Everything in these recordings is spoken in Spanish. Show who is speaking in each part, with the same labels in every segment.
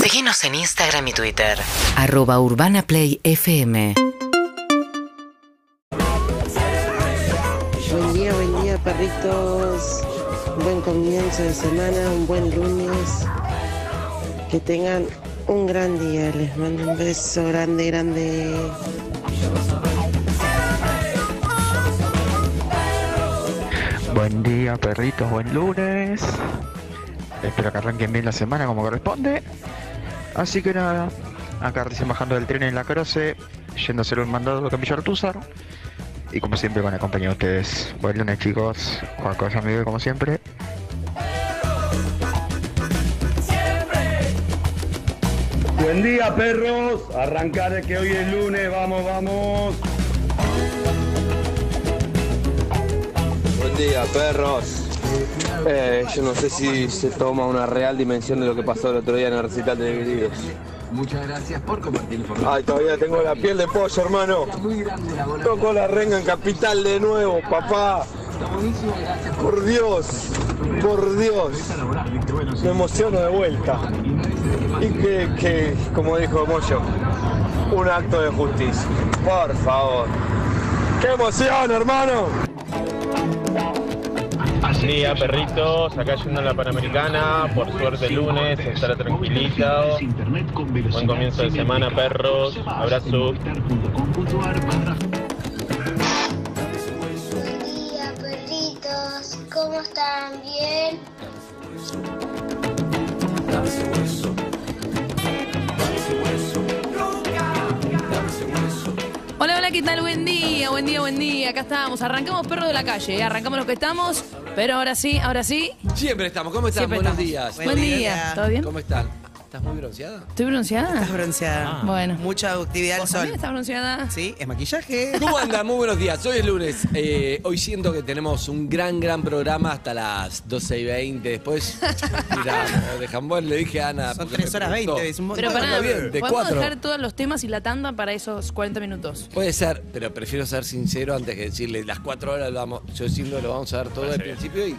Speaker 1: Seguinos en Instagram y Twitter.
Speaker 2: Arroba Urbana Play FM.
Speaker 3: Buen día, buen día, perritos. Buen comienzo de semana, un buen lunes. Que tengan un gran día. Les mando un beso grande, grande.
Speaker 4: Buen día, perritos, buen lunes. Espero que arranquen bien la semana como corresponde. Así que nada, acá recién bajando del tren en la Croce, yéndose un mandado de Camillo Artúzar. Y como siempre van a acompañar a ustedes. Buen lunes, chicos. Juan Cosa Miguel, como siempre.
Speaker 5: Buen día, perros. Arrancar que hoy es lunes. Vamos, vamos.
Speaker 6: Buen día, perros. Eh, yo no sé si se toma una real dimensión de lo que pasó el otro día en el recital de Divididos.
Speaker 7: Muchas gracias por compartir
Speaker 6: Ay, todavía tengo la piel de pollo, hermano.
Speaker 7: Muy grande la bola.
Speaker 6: Tocó la renga en Capital de nuevo, papá.
Speaker 7: Buenísimo, gracias
Speaker 6: Por Dios, por Dios. Me emociono de vuelta. Y que, que, como dijo Moyo, un acto de justicia. Por favor. ¡Qué emoción, hermano!
Speaker 8: Buen día, perritos. Acá yendo a la Panamericana. Por suerte, el lunes. Estar tranquilito. Buen comienzo de semana, perros. Abrazo.
Speaker 9: Hola perritos, ¿cómo están? ¿Bien?
Speaker 10: Hola, hola, ¿qué tal? Buen día, buen día, buen día. Acá estamos. Arrancamos perro de la calle, ¿eh? arrancamos los que estamos. Pero ahora sí, ahora sí.
Speaker 7: Siempre estamos. ¿Cómo están?
Speaker 10: Siempre
Speaker 7: Buenos
Speaker 10: estamos.
Speaker 7: días.
Speaker 10: Buen, día. ¿Todo bien?
Speaker 7: ¿Cómo están? ¿Estás muy bronceada? Ah.
Speaker 10: ¿Estoy bronceada?
Speaker 11: Estás bronceada.
Speaker 10: Bueno.
Speaker 11: Mucha actividad al
Speaker 10: ¿Vos también
Speaker 11: sol.
Speaker 10: estás bronceada?
Speaker 11: Sí, es maquillaje.
Speaker 7: ¿Cómo andan? Muy buenos días. Hoy es lunes. Eh, hoy siento que tenemos un gran, gran programa hasta las 12 y 20. Después, mira, de jambón le dije a Ana.
Speaker 11: Son
Speaker 7: porque
Speaker 11: tres
Speaker 7: me
Speaker 11: horas
Speaker 7: preguntó.
Speaker 11: 20, es un montón.
Speaker 10: Pero pará,
Speaker 7: Está bien, de
Speaker 10: podemos
Speaker 7: cuatro.
Speaker 10: dejar todos los temas y la tanda para esos 40 minutos.
Speaker 7: Puede ser, pero prefiero ser sincero antes que decirle las cuatro horas lo vamos. Yo diciendo lo vamos a ver todo al principio y.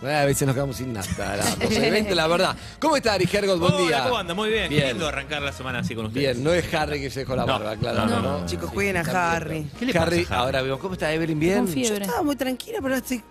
Speaker 7: bueno, a veces nos quedamos sin nada. a las 12 y 20, la verdad. ¿Cómo está Ari Gergos? Buen
Speaker 12: Hola,
Speaker 7: día.
Speaker 12: ¿cómo anda? Muy bien.
Speaker 7: Bien.
Speaker 12: Qué lindo arrancar la semana así con ustedes.
Speaker 7: Bien, no es Harry que se dejó la
Speaker 12: No,
Speaker 7: barba, claro.
Speaker 10: no,
Speaker 7: No,
Speaker 10: no,
Speaker 7: no.
Speaker 11: Chicos, jueguen a Harry.
Speaker 12: ¿Qué le pasa,
Speaker 7: Harry,
Speaker 12: Harry?
Speaker 7: ahora vemos. ¿Cómo está Evelyn? Bien.
Speaker 10: Con fiebre.
Speaker 11: Estaba muy tranquila, pero estoy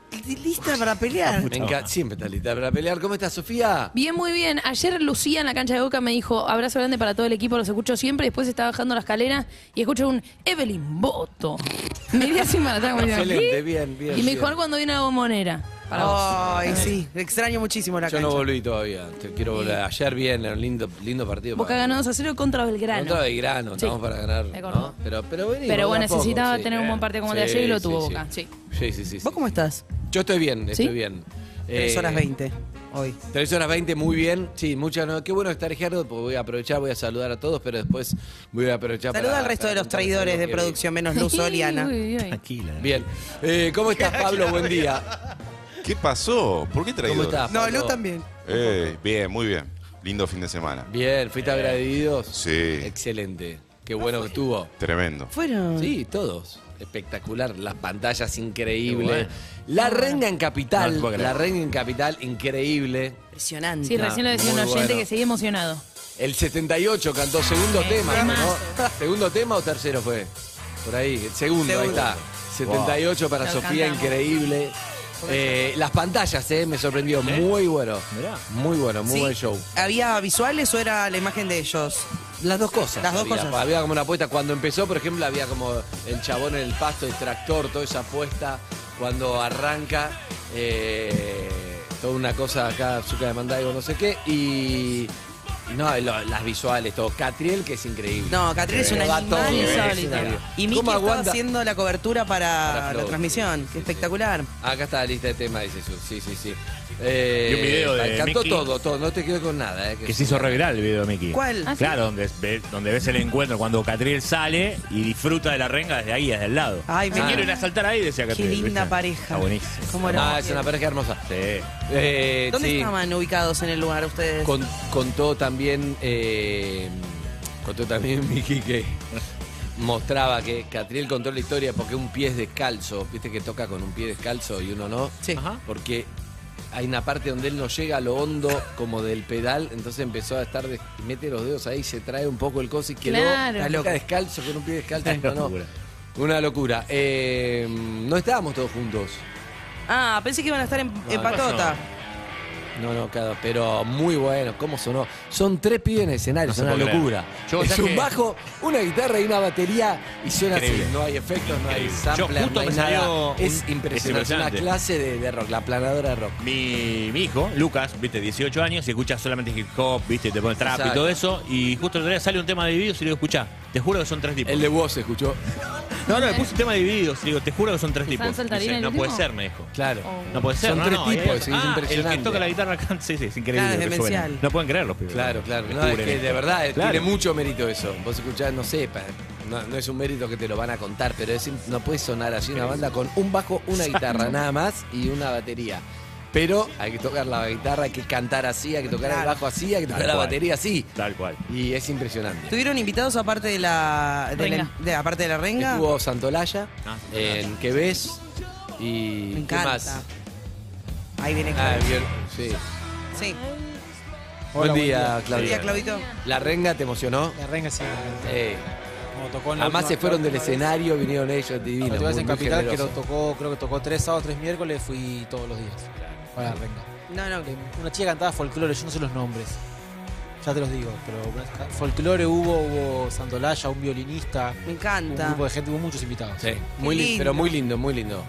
Speaker 11: lista para pelear.
Speaker 7: Me encanta. Siempre está lista para pelear. ¿Cómo está Sofía?
Speaker 10: Bien, muy bien. Ayer Lucía en la cancha de Boca me dijo, abrazo grande para todo el equipo, los escucho siempre. Después estaba bajando la escalera y escucho un Evelyn Boto. Me di así para atrás, como diciendo,
Speaker 7: Excelente,
Speaker 10: "¿Sí?".
Speaker 7: bien, bien,
Speaker 10: Y me
Speaker 7: bien.
Speaker 10: dijo, "Ahora cuando viene la bombonera. Para vos.
Speaker 11: Ay, sí. Extraño muchísimo la
Speaker 7: Yo
Speaker 11: cancha.
Speaker 7: no volví todavía. Te quiero volver. Ayer bien, era un lindo, lindo partido.
Speaker 10: Boca
Speaker 7: para-
Speaker 10: ganó 2 a 0 contra Belgrano.
Speaker 7: Contra Belgrano,
Speaker 10: Sí.
Speaker 7: estamos para ganar.
Speaker 10: De acuerdo.
Speaker 7: ¿no? Pero, pero, venimos de
Speaker 10: Pero bueno,
Speaker 7: a poco,
Speaker 10: necesitaba
Speaker 7: sí.
Speaker 10: tener un buen partido como el de
Speaker 7: Sí,
Speaker 10: ayer y lo
Speaker 7: sí,
Speaker 10: tuvo
Speaker 7: sí.
Speaker 10: Boca. Sí.
Speaker 7: Sí, sí, sí. sí.
Speaker 11: ¿Vos cómo estás?
Speaker 7: Yo estoy bien,
Speaker 10: ¿Sí?
Speaker 7: estoy bien.
Speaker 11: Tres
Speaker 7: Eh,
Speaker 11: horas 20 hoy.
Speaker 7: 3 horas 20, muy bien. Sí, muchas no. Qué bueno estar, Gerardo, porque voy a aprovechar, voy a saludar a todos, pero después voy a aprovechar
Speaker 11: Saluda
Speaker 7: para-
Speaker 11: al resto
Speaker 7: para
Speaker 11: de los
Speaker 7: contarles
Speaker 11: traidores
Speaker 7: algo
Speaker 11: de
Speaker 7: que vi.
Speaker 11: producción, menos Luz Oliana.
Speaker 10: Uy, uy, uy.
Speaker 12: Tranquila.
Speaker 7: Bien. Eh, ¿Cómo estás, Pablo? Buen día.
Speaker 13: ¿Qué pasó? ¿Por qué traidor?
Speaker 7: ¿Cómo estás?
Speaker 11: No,
Speaker 7: Pablo?
Speaker 11: Luz también.
Speaker 13: Eh, bien, muy bien. Lindo fin de semana.
Speaker 7: Bien, ¿fuiste agredidos?
Speaker 13: Sí,
Speaker 7: Excelente. Qué bueno que estuvo.
Speaker 13: tremendo.
Speaker 11: Fueron.
Speaker 7: Sí, todos. Espectacular, las pantallas increíbles. La
Speaker 11: Ah.
Speaker 7: renga en
Speaker 12: No
Speaker 7: capital,
Speaker 12: lo puedo creer.
Speaker 7: la renga en capital, increíble.
Speaker 11: Impresionante.
Speaker 10: Sí, recién lo decía un
Speaker 7: Muy
Speaker 10: oyente
Speaker 7: bueno.
Speaker 10: que seguía emocionado.
Speaker 7: El 78 cantó segundo
Speaker 10: Qué
Speaker 7: tema, ¿no?
Speaker 10: temazo.
Speaker 7: ¿Segundo tema o tercero fue? Por ahí, el segundo, ahí
Speaker 11: Segundo.
Speaker 7: está. 78 para
Speaker 10: Lo
Speaker 7: Sofía,
Speaker 10: cantamos.
Speaker 7: increíble. Eh, las pantallas, eh, me sorprendió. Muy bueno.
Speaker 12: Mirá.
Speaker 7: Muy bueno, muy
Speaker 11: Sí.
Speaker 7: buen show.
Speaker 11: ¿Había visuales o era la imagen de ellos?
Speaker 7: Las dos cosas.
Speaker 11: Las dos
Speaker 7: había.
Speaker 11: cosas.
Speaker 7: Había como una apuesta. Cuando empezó, por ejemplo, había como el chabón en el pasto, el tractor, toda esa apuesta. Cuando arranca, eh, toda una cosa acá, azúcar de mandago, no sé qué. Y. y No, lo- las visuales, todo. Catriel, que es increíble.
Speaker 11: No, Catriel es un
Speaker 7: Pero va todo
Speaker 11: animal
Speaker 7: en el
Speaker 10: insólito.
Speaker 7: escenario.
Speaker 11: Y Miki
Speaker 7: eh, ¿Cómo
Speaker 11: estaba
Speaker 7: aguanta?
Speaker 11: haciendo la cobertura para,
Speaker 7: Para
Speaker 11: la
Speaker 7: Flow.
Speaker 11: transmisión. Qué espectacular.
Speaker 7: Acá está la lista de temas, dice Sus. Sí, sí, sí. Eh,
Speaker 12: Y un video de
Speaker 7: Cantó
Speaker 12: Mickey.
Speaker 7: todo, todo. No te quedo con nada. eh, que-
Speaker 12: Que se hizo re viral el video de Mickey.
Speaker 11: ¿Cuál?
Speaker 10: Ah, sí.
Speaker 12: Claro, donde, ve- donde ves el encuentro, cuando Catriel sale y disfruta de la renga desde ahí, desde el lado.
Speaker 11: Ay,
Speaker 12: me
Speaker 11: me-
Speaker 12: quiero ir a saltar ahí, decía
Speaker 11: Qué
Speaker 12: Catriel.
Speaker 11: linda
Speaker 12: ¿viste?
Speaker 11: pareja.
Speaker 12: Está buenísimo.
Speaker 11: Cómo
Speaker 7: Ah,
Speaker 11: hermoso.
Speaker 7: es una pareja hermosa.
Speaker 12: Sí.
Speaker 7: Eh,
Speaker 11: ¿Dónde
Speaker 7: sí.
Speaker 11: estaban ubicados en el lugar ustedes?
Speaker 7: Con- contó también eh, contó también Miki que mostraba que Catriel contó la historia porque un pie es descalzo, viste que toca con un pie descalzo y uno no,
Speaker 11: Sí.
Speaker 7: porque hay una parte donde él no llega a lo hondo como del pedal, entonces empezó a estar, de- mete los dedos ahí, se trae un poco el coso y quedó
Speaker 10: Claro.
Speaker 7: está loca descalzo, con un pie descalzo. no, no. Una locura. Eh, no estábamos todos juntos.
Speaker 11: Ah, pensé que iban a estar en, en patota.
Speaker 7: No, no, claro, pero muy bueno, ¿cómo sonó? Son tres pibes en el escenario,
Speaker 12: No
Speaker 7: es
Speaker 12: se
Speaker 7: una
Speaker 12: puede creer.
Speaker 7: locura.
Speaker 12: Yo,
Speaker 7: es
Speaker 12: ¿sabes
Speaker 7: un
Speaker 12: qué?
Speaker 7: bajo, una guitarra y una batería y suena
Speaker 12: Increíble.
Speaker 7: así. No hay efectos, no hay
Speaker 12: Increíble.
Speaker 7: sampler,
Speaker 12: Yo justo
Speaker 7: no hay
Speaker 12: me
Speaker 7: nada.
Speaker 12: salió un-
Speaker 7: es
Speaker 12: es
Speaker 7: impresionante, es una
Speaker 12: impresionante.
Speaker 7: clase de, de rock, la planadora de rock.
Speaker 12: Mi, mi hijo, Lucas, viste, 18 años, y escucha solamente hip hop, viste, te pone trap
Speaker 7: Exacto.
Speaker 12: y todo eso. Y justo el otro día sale un tema dividido y le digo, escuchá, te juro que son tres tipos. El
Speaker 7: de vos se escuchó.
Speaker 12: No, no, le puse un tema dividido, le digo, te juro que son tres
Speaker 7: ¿Y
Speaker 12: tipos.
Speaker 7: San Saltarín
Speaker 12: Dice,
Speaker 7: el
Speaker 12: no puede
Speaker 7: último?
Speaker 12: ser, me dijo.
Speaker 7: Claro.
Speaker 12: No puede ser,
Speaker 7: Son
Speaker 12: no,
Speaker 7: tres
Speaker 12: no,
Speaker 7: tipos,
Speaker 12: y
Speaker 7: sí, es
Speaker 12: ah, El
Speaker 7: impresionante.
Speaker 12: que toca la guitarra acá, sí, sí, es increíble.
Speaker 7: Claro, es
Speaker 12: lo que suena.
Speaker 7: demencial.
Speaker 12: No pueden creer los pibes.
Speaker 7: Claro, claro.
Speaker 12: Me
Speaker 7: No, es
Speaker 12: cubren
Speaker 7: que
Speaker 12: esto.
Speaker 7: de verdad eh,
Speaker 12: Claro.
Speaker 7: tiene mucho mérito eso. Vos escuchás, no sé, pa- no, no es un mérito que te lo van a contar, pero es, im- no puede sonar así una banda con un bajo, una
Speaker 12: Exacto.
Speaker 7: guitarra nada más y una batería. Pero hay que tocar la guitarra, hay que cantar así, hay que tocar el
Speaker 11: Claro.
Speaker 7: bajo así, hay que tocar
Speaker 12: Tal
Speaker 7: la
Speaker 12: cual.
Speaker 7: batería así.
Speaker 12: Tal cual.
Speaker 7: Y es impresionante.
Speaker 11: ¿Tuvieron invitados aparte de la, de la,
Speaker 7: Renga.
Speaker 11: de la parte de la renga?
Speaker 7: Estuvo Santolaya
Speaker 12: Ah,
Speaker 7: en Queves y
Speaker 11: Me
Speaker 7: ¿qué
Speaker 11: encanta.
Speaker 7: más?
Speaker 11: Ahí viene
Speaker 7: Ah,
Speaker 11: Claudio.
Speaker 7: bien, sí.
Speaker 11: Sí.
Speaker 7: buen, día,
Speaker 11: Buen
Speaker 7: Claudio.
Speaker 11: día, Claudito.
Speaker 7: ¿La renga te emocionó?
Speaker 14: La renga sí.
Speaker 7: Eh,
Speaker 14: Como tocó en la
Speaker 7: Además
Speaker 14: última-
Speaker 7: se fueron del escenario, vinieron ellos,
Speaker 14: La
Speaker 7: divinos.
Speaker 14: última vez
Speaker 7: muy,
Speaker 14: en
Speaker 7: muy
Speaker 14: Capital que lo
Speaker 7: generosos.
Speaker 14: tocó, creo que tocó tres sábados, tres miércoles, fui todos los días. Con la renga.
Speaker 11: No, no.
Speaker 14: Eh, Una chica cantaba folclore, yo no sé los nombres. Ya te los digo, pero folclore hubo, hubo Santolaya, un violinista. Un
Speaker 11: Me encanta.
Speaker 14: grupo de gente, hubo muchos invitados.
Speaker 7: Sí, muy
Speaker 14: Qué
Speaker 7: lindo.
Speaker 14: lindo.
Speaker 7: pero muy lindo, muy lindo.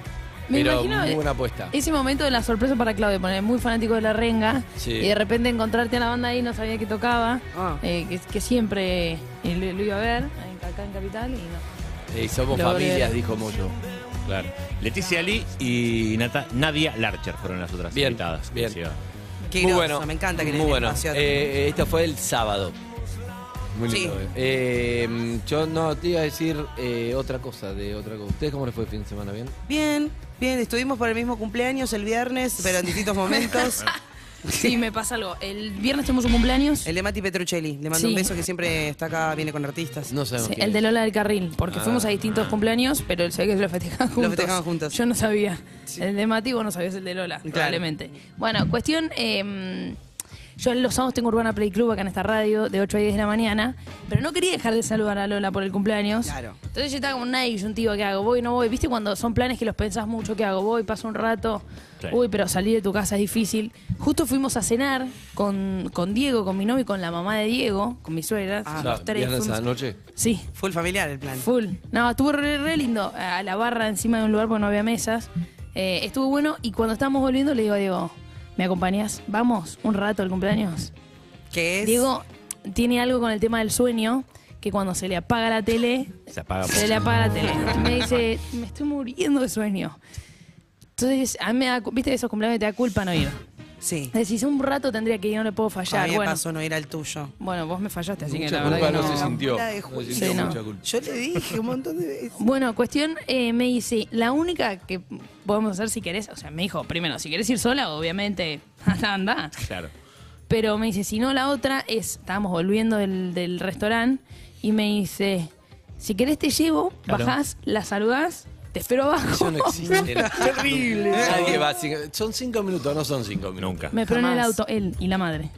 Speaker 10: Me
Speaker 7: pero
Speaker 10: imagino
Speaker 7: muy
Speaker 10: el-
Speaker 7: buena apuesta.
Speaker 10: Ese momento de la sorpresa para Claudio, poner muy fanático de la renga
Speaker 7: Sí.
Speaker 10: y de repente encontrarte a la banda ahí, no sabía que tocaba,
Speaker 11: Ah,
Speaker 10: eh, que, que siempre eh, lo, lo iba a ver en- acá en Capital y no.
Speaker 7: Eh, somos
Speaker 10: Lo
Speaker 7: familias,
Speaker 10: logré.
Speaker 7: dijo Moyo.
Speaker 12: Claro. Leticia Lee y Nata- Nadia Larcher fueron las otras
Speaker 7: Bien,
Speaker 12: invitadas.
Speaker 7: bien.
Speaker 12: Sí, va.
Speaker 11: Qué
Speaker 7: muy
Speaker 11: groso,
Speaker 7: bueno.
Speaker 11: me encanta que le
Speaker 7: Muy
Speaker 11: den
Speaker 7: bueno.
Speaker 11: espacio a-
Speaker 7: Eh, esto fue el sábado. Muy
Speaker 11: Sí.
Speaker 7: lindo. eh. Eh, yo no te iba a decir eh, otra cosa de otra cosa. ¿Ustedes cómo les fue el fin de semana? ¿Bien?
Speaker 11: Bien, bien, estuvimos por el mismo cumpleaños el viernes, pero en distintos momentos.
Speaker 10: Sí, me pasa algo. El viernes tenemos un cumpleaños.
Speaker 11: El de Mati Petruccelli, le mando
Speaker 10: Sí.
Speaker 11: un beso que siempre está acá, viene con artistas.
Speaker 7: No sabemos.
Speaker 10: Sí, el de Lola del Carril, porque
Speaker 11: Ah.
Speaker 10: fuimos a distintos cumpleaños, pero él sabía que lo festejaban juntos.
Speaker 11: festejaban juntos.
Speaker 10: Yo no sabía. El de Mati, vos no sabías el de Lola, probablemente. Bueno, cuestión. eh, yo los sábados tengo Urbana Play Club acá en esta radio de 8 a 10 de la mañana, pero no quería dejar de saludar a Lola por el cumpleaños.
Speaker 11: Claro.
Speaker 10: Entonces yo estaba como una disyuntiva, ¿qué hago? ¿Voy no voy? ¿Viste cuando son planes que los pensás mucho? ¿Qué hago? ¿Voy? ¿Paso un rato?
Speaker 15: Sí.
Speaker 10: Uy, pero salir de tu casa es difícil. Justo fuimos a cenar con, con Diego, con mi novio y con la mamá de Diego, con mi suegra. los tres
Speaker 7: ¿Viernes
Speaker 10: fuimos-
Speaker 7: a la noche?
Speaker 10: Sí.
Speaker 11: Full familiar el plan.
Speaker 10: Full. No, estuvo re, re lindo. A la barra encima de un lugar porque no había mesas. Eh, estuvo bueno y cuando estábamos volviendo le digo a Diego, ¿me acompañás? Vamos, un rato al cumpleaños.
Speaker 11: ¿Qué es?
Speaker 10: Diego tiene algo con el tema del sueño que cuando se le apaga la tele,
Speaker 12: Se apaga.
Speaker 10: se le apaga la tele. Me dice, me estoy muriendo de sueño. Entonces, a mí me da cu- viste esos cumpleaños que te da culpa no ir.
Speaker 11: Sí.
Speaker 10: Decís, un rato tendría que ir, no le puedo
Speaker 11: a
Speaker 10: fallar.
Speaker 11: mí me
Speaker 10: Bueno,
Speaker 11: pasó no ir al tuyo.
Speaker 10: bueno, vos me fallaste, así que
Speaker 7: Mucha
Speaker 10: la verdad
Speaker 7: culpa
Speaker 10: que
Speaker 7: no se
Speaker 10: no.
Speaker 7: sintió.
Speaker 11: La de
Speaker 7: No
Speaker 11: Julio.
Speaker 7: se sintió
Speaker 10: Sí, no.
Speaker 7: mucha culpa.
Speaker 11: Yo le dije un montón de veces.
Speaker 10: Bueno, cuestión, eh, me dice, la única que podemos hacer si querés, o sea, me dijo, primero, si querés ir sola, obviamente, anda, anda.
Speaker 12: Claro.
Speaker 10: Pero me dice, si no, la otra es, estábamos volviendo del, del restaurante, y me dice, si querés te llevo,
Speaker 7: Claro.
Speaker 10: bajás, la saludás, te espero abajo.
Speaker 7: Eso no existe.
Speaker 10: Terrible.
Speaker 7: Nadie va. sin- Son cinco minutos, no son cinco minutos. Nunca.
Speaker 10: Me esperó en el auto él y la madre.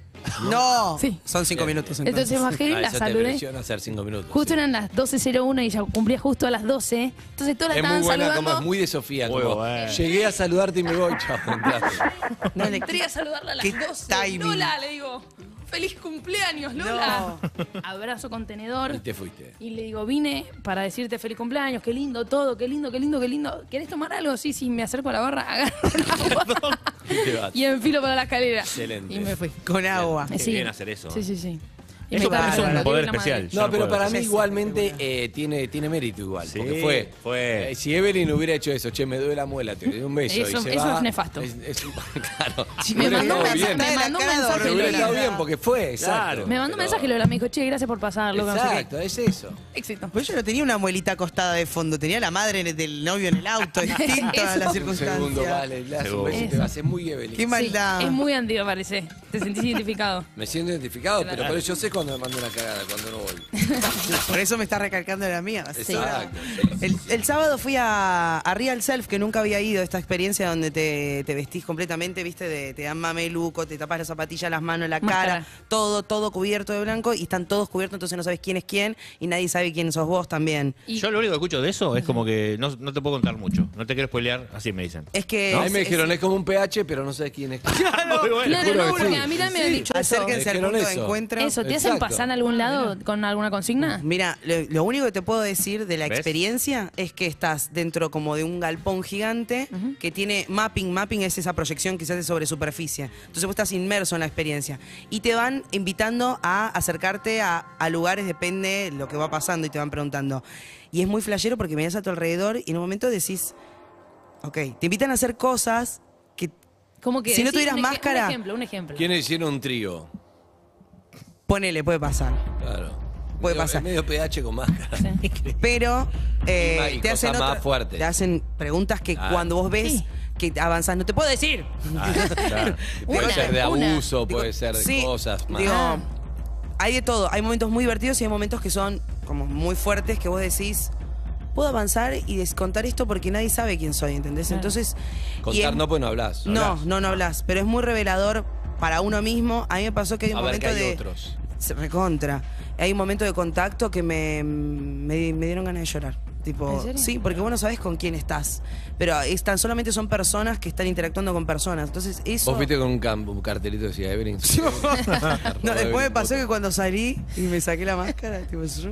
Speaker 11: No. Son cinco minutos entonces.
Speaker 10: Entonces bajé,
Speaker 7: Ah,
Speaker 10: la saludé.
Speaker 7: hacer cinco minutos.
Speaker 10: Justo eran las 12.01 y ella cumplía justo a las 12. Entonces todas la
Speaker 7: Es muy
Speaker 10: estaban
Speaker 7: buena,
Speaker 10: saludando.
Speaker 7: como es muy de Sofía. como, Llegué a saludarte y me voy, chao.
Speaker 10: No le quería saludarla a las
Speaker 11: qué
Speaker 10: 12.
Speaker 11: timing.
Speaker 10: Lola, le digo, feliz cumpleaños, Lola. Abrazo
Speaker 7: Y
Speaker 10: contenedor.
Speaker 7: te fuiste.
Speaker 10: Y le digo, vine para decirte feliz cumpleaños, qué lindo todo, qué lindo, qué lindo, qué lindo. ¿Querés tomar algo? Sí, sí, me acerco a la barra, agarro
Speaker 7: Y te vas.
Speaker 10: y enfilo para la escalera.
Speaker 7: Excelente.
Speaker 10: Y me fui.
Speaker 11: Con agua.
Speaker 10: Sí.
Speaker 12: bien hacer eso,
Speaker 10: Sí,
Speaker 12: ¿eh?
Speaker 10: sí, sí. Y
Speaker 12: Eso
Speaker 10: me
Speaker 12: para mí
Speaker 10: estaba
Speaker 12: es un
Speaker 10: hablando,
Speaker 12: poder
Speaker 10: la madre.
Speaker 12: especial. Yo
Speaker 7: No, pero
Speaker 12: puedo
Speaker 7: para
Speaker 12: hacer
Speaker 7: mí
Speaker 12: eso.
Speaker 7: igualmente eh, tiene, tiene mérito igual.
Speaker 12: Sí,
Speaker 7: porque fue.
Speaker 12: fue.
Speaker 7: eh, si Evelyn hubiera hecho eso, che, me duele la muela, te doy un beso.
Speaker 10: Eso-
Speaker 7: y se
Speaker 10: eso
Speaker 7: va,
Speaker 10: es nefasto.
Speaker 7: es- claro.
Speaker 10: Sí, me
Speaker 7: Hubiera
Speaker 10: mandó un
Speaker 7: estado
Speaker 10: mensaje,
Speaker 7: bien.
Speaker 10: me mandó un mensaje.
Speaker 7: Pero hubiera
Speaker 10: Lola.
Speaker 7: estado bien porque fue, exacto.
Speaker 10: Me mandó un mensaje Lola, me dijo, che, gracias por pasarlo. que no sé qué.
Speaker 7: Exacto, es eso.
Speaker 10: Éxito.
Speaker 11: Pues yo no tenía una abuelita acostada de fondo, tenía la madre en- del novio en el auto, distinta a
Speaker 10: Eso.
Speaker 11: la
Speaker 7: Un
Speaker 11: circunstancia.
Speaker 7: segundo, vale, le das un beso y te vas. Es muy Evelyn.
Speaker 11: Qué maldad.
Speaker 10: es muy andido, parece. Te sentís identificado.
Speaker 7: Me siento identificado, pero por eso yo sé cuando me mando una cagada, cuando no voy.
Speaker 11: Por eso me está recalcando la mía. la
Speaker 7: Exacto.
Speaker 11: señora. El, el sábado fui a, a Real Self, que nunca había ido, esta experiencia donde te, te vestís completamente, viste, de- te dan mameluco, te tapas las zapatillas, las manos, la cara,
Speaker 10: Máscara.
Speaker 11: todo, todo cubierto de blanco y están todos cubiertos, entonces no sabes quién es quién y nadie sabe quién sos vos también.
Speaker 12: Yo lo único que escucho de eso es como que no, no te puedo contar mucho. No te quiero spoilear, así me dicen.
Speaker 11: Es que
Speaker 12: ¿No?
Speaker 7: Ahí me dijeron, es como un PH, pero no sé quién es.
Speaker 12: Claro,
Speaker 10: Claro,
Speaker 7: Ah,
Speaker 10: no, porque a mí también me han dicho eso.
Speaker 11: Acérquense al
Speaker 7: Dijeron
Speaker 11: punto de
Speaker 7: eso.
Speaker 11: encuentro. Eh,
Speaker 10: Eso, ¿te hacen pasar a algún lado con alguna consigna?
Speaker 11: Mira, lo, lo único que te puedo decir de la
Speaker 10: ¿Ves?
Speaker 11: experiencia es que estás dentro como de un galpón gigante que tiene mapping. Mapping es esa proyección que se hace sobre superficie. Entonces vos estás inmerso en la experiencia. Y te van invitando a acercarte a, a lugares, depende lo que va pasando y te van preguntando. Y es muy flashero porque miras a tu alrededor y en un momento decís, ok, te invitan a hacer cosas que...
Speaker 10: Como que
Speaker 11: si no
Speaker 10: decís
Speaker 11: tuvieras
Speaker 10: un eje-
Speaker 11: máscara,
Speaker 10: Un ejemplo, un ejemplo.
Speaker 7: ¿Quiénes hicieron un trío?
Speaker 11: ponele, puede pasar.
Speaker 7: Claro.
Speaker 11: Puede
Speaker 7: Medio-
Speaker 11: pasar.
Speaker 7: es Medio PH con máscara.
Speaker 11: Pero eh,
Speaker 7: Y
Speaker 11: te,
Speaker 7: cosas
Speaker 11: hacen
Speaker 7: más
Speaker 11: otra-
Speaker 7: fuertes.
Speaker 11: te hacen preguntas que
Speaker 7: Ah.
Speaker 11: cuando vos ves que avanzás, no te puedo decir.
Speaker 7: Ah, claro. puede
Speaker 11: Una,
Speaker 7: ser de
Speaker 11: una.
Speaker 7: abuso, puede ser de
Speaker 11: sí,
Speaker 7: cosas más.
Speaker 11: Digo, hay de todo. Hay momentos muy divertidos y hay momentos que son como muy fuertes que vos decís, puedo avanzar y descontar esto porque nadie sabe quién soy, ¿entendés? Entonces. y
Speaker 7: Contar
Speaker 11: es-
Speaker 7: no, pues no hablas.
Speaker 11: No, no, no hablas. Pero es muy revelador para uno mismo. A mí me pasó que hay un
Speaker 7: A ver que
Speaker 11: momento
Speaker 7: hay
Speaker 11: de.
Speaker 7: otros.
Speaker 11: Se recontra. Hay un momento de contacto que me, me, me dieron ganas de llorar. Tipo,
Speaker 14: ¿En serio?
Speaker 11: sí, porque vos no sabés con quién estás. Pero es tan solamente son personas que están interactuando con personas. Entonces, eso.
Speaker 7: Vos viste con un, cam- un cartelito que decía Evelyn.
Speaker 11: No, después me pasó que cuando salí y me saqué la máscara, tipo, zzzz,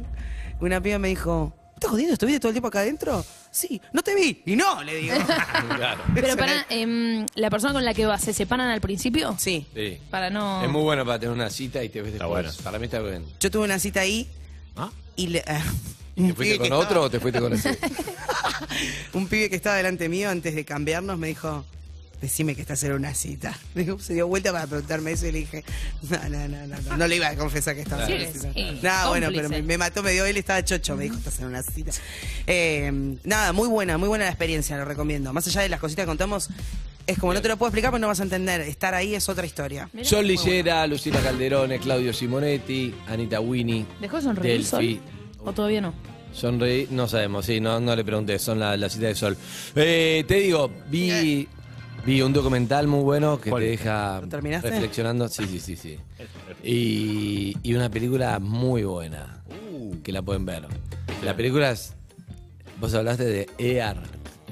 Speaker 11: una piba me dijo, ¿Me ¿estás jodiendo? ¿Estuviste todo el tiempo acá adentro? Sí, no te vi. Y no, le digo.
Speaker 7: Claro.
Speaker 10: Pero para em, la persona con la que vas, ¿se separan al principio? Ah.
Speaker 11: Sí.
Speaker 7: Sí.
Speaker 10: Para no...
Speaker 7: Es muy bueno para tener una cita y te ves después. Para mí está bien.
Speaker 11: Yo tuve una cita ahí y le-
Speaker 7: ¿Te fuiste con otro o te fuiste con ese?
Speaker 11: un pibe que estaba delante mío antes de cambiarnos me dijo, decime que estás en una cita. Se dio vuelta para preguntarme eso y le dije, no, no, no, no, no, no le iba a confesar que estaba
Speaker 14: Sí,
Speaker 11: en una cita.
Speaker 14: sí,
Speaker 11: Nada, bueno,
Speaker 14: cómplice.
Speaker 11: pero me, me mató, me dio él, estaba chocho, me dijo, estás en una cita. Eh, nada, muy buena, muy buena la experiencia, lo recomiendo. Más allá de las cositas que contamos, es como no te lo puedo explicar, pero no vas a entender. Estar ahí es otra historia.
Speaker 7: Sol Lillera, Lucila Calderone, Claudio Simonetti, Anita Winnie.
Speaker 10: ¿Dejó de sonreír
Speaker 7: Delphi.
Speaker 10: Sol? ¿O todavía no?
Speaker 7: Sonreí, no sabemos, sí, no, no le pregunté, son la, la cita de Sol. Eh, te digo, vi, vi un documental muy bueno que te deja
Speaker 11: terminaste?
Speaker 7: reflexionando. Sí, sí, sí, sí. Y, y una película muy buena que la pueden ver. La película es. Vos hablaste de EAR.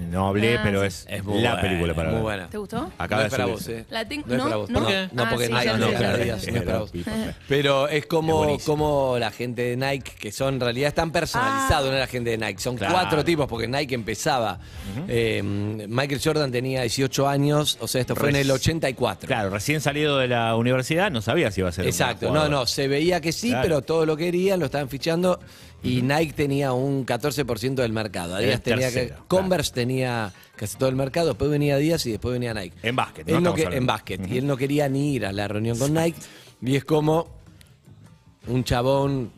Speaker 12: No hablé,
Speaker 10: Ah,
Speaker 12: pero
Speaker 10: sí.
Speaker 12: es,
Speaker 7: Es muy
Speaker 12: la
Speaker 7: buena,
Speaker 12: película para
Speaker 7: es muy
Speaker 12: ver.
Speaker 7: buena.
Speaker 10: ¿Te gustó?
Speaker 12: Acaba
Speaker 7: no es
Speaker 12: de
Speaker 7: para
Speaker 12: subir.
Speaker 7: vos, ¿eh?
Speaker 10: La tengo-
Speaker 7: no, es
Speaker 10: no,
Speaker 7: para vos.
Speaker 10: no.
Speaker 7: No, no,
Speaker 10: Ah,
Speaker 7: porque
Speaker 10: sí,
Speaker 7: Nike
Speaker 10: ya
Speaker 7: no,
Speaker 10: sé, ya
Speaker 7: claro,
Speaker 10: sé,
Speaker 7: Adidas,
Speaker 10: ya
Speaker 7: no es
Speaker 10: sé.
Speaker 7: para vos.
Speaker 10: Ajá.
Speaker 7: Pero es como, como la gente de Nike, que son en realidad están personalizados, no es la gente de Nike. Son
Speaker 12: Claro.
Speaker 7: cuatro tipos, porque Nike empezaba. Eh, Michael Jordan tenía 18 años, o sea, esto fue en el 84.
Speaker 12: Claro, recién salido de la universidad no sabía si iba a ser un
Speaker 7: Exacto, no,
Speaker 12: jugador.
Speaker 7: no, se veía que sí,
Speaker 12: Claro.
Speaker 7: pero todo lo que querían lo estaban fichando y Nike tenía un 14% del mercado.
Speaker 12: Era
Speaker 7: Adidas
Speaker 12: el
Speaker 7: tenía que-
Speaker 12: tercero,
Speaker 7: Converse tenía casi todo el mercado, después venía Adidas y después venía Nike.
Speaker 12: En básquet,
Speaker 7: Él
Speaker 12: ¿no?
Speaker 7: no
Speaker 12: Estamos
Speaker 7: que-
Speaker 12: hablando.
Speaker 7: en básquet. Y él no quería ni ir a la reunión con Nike. Y es como un chabón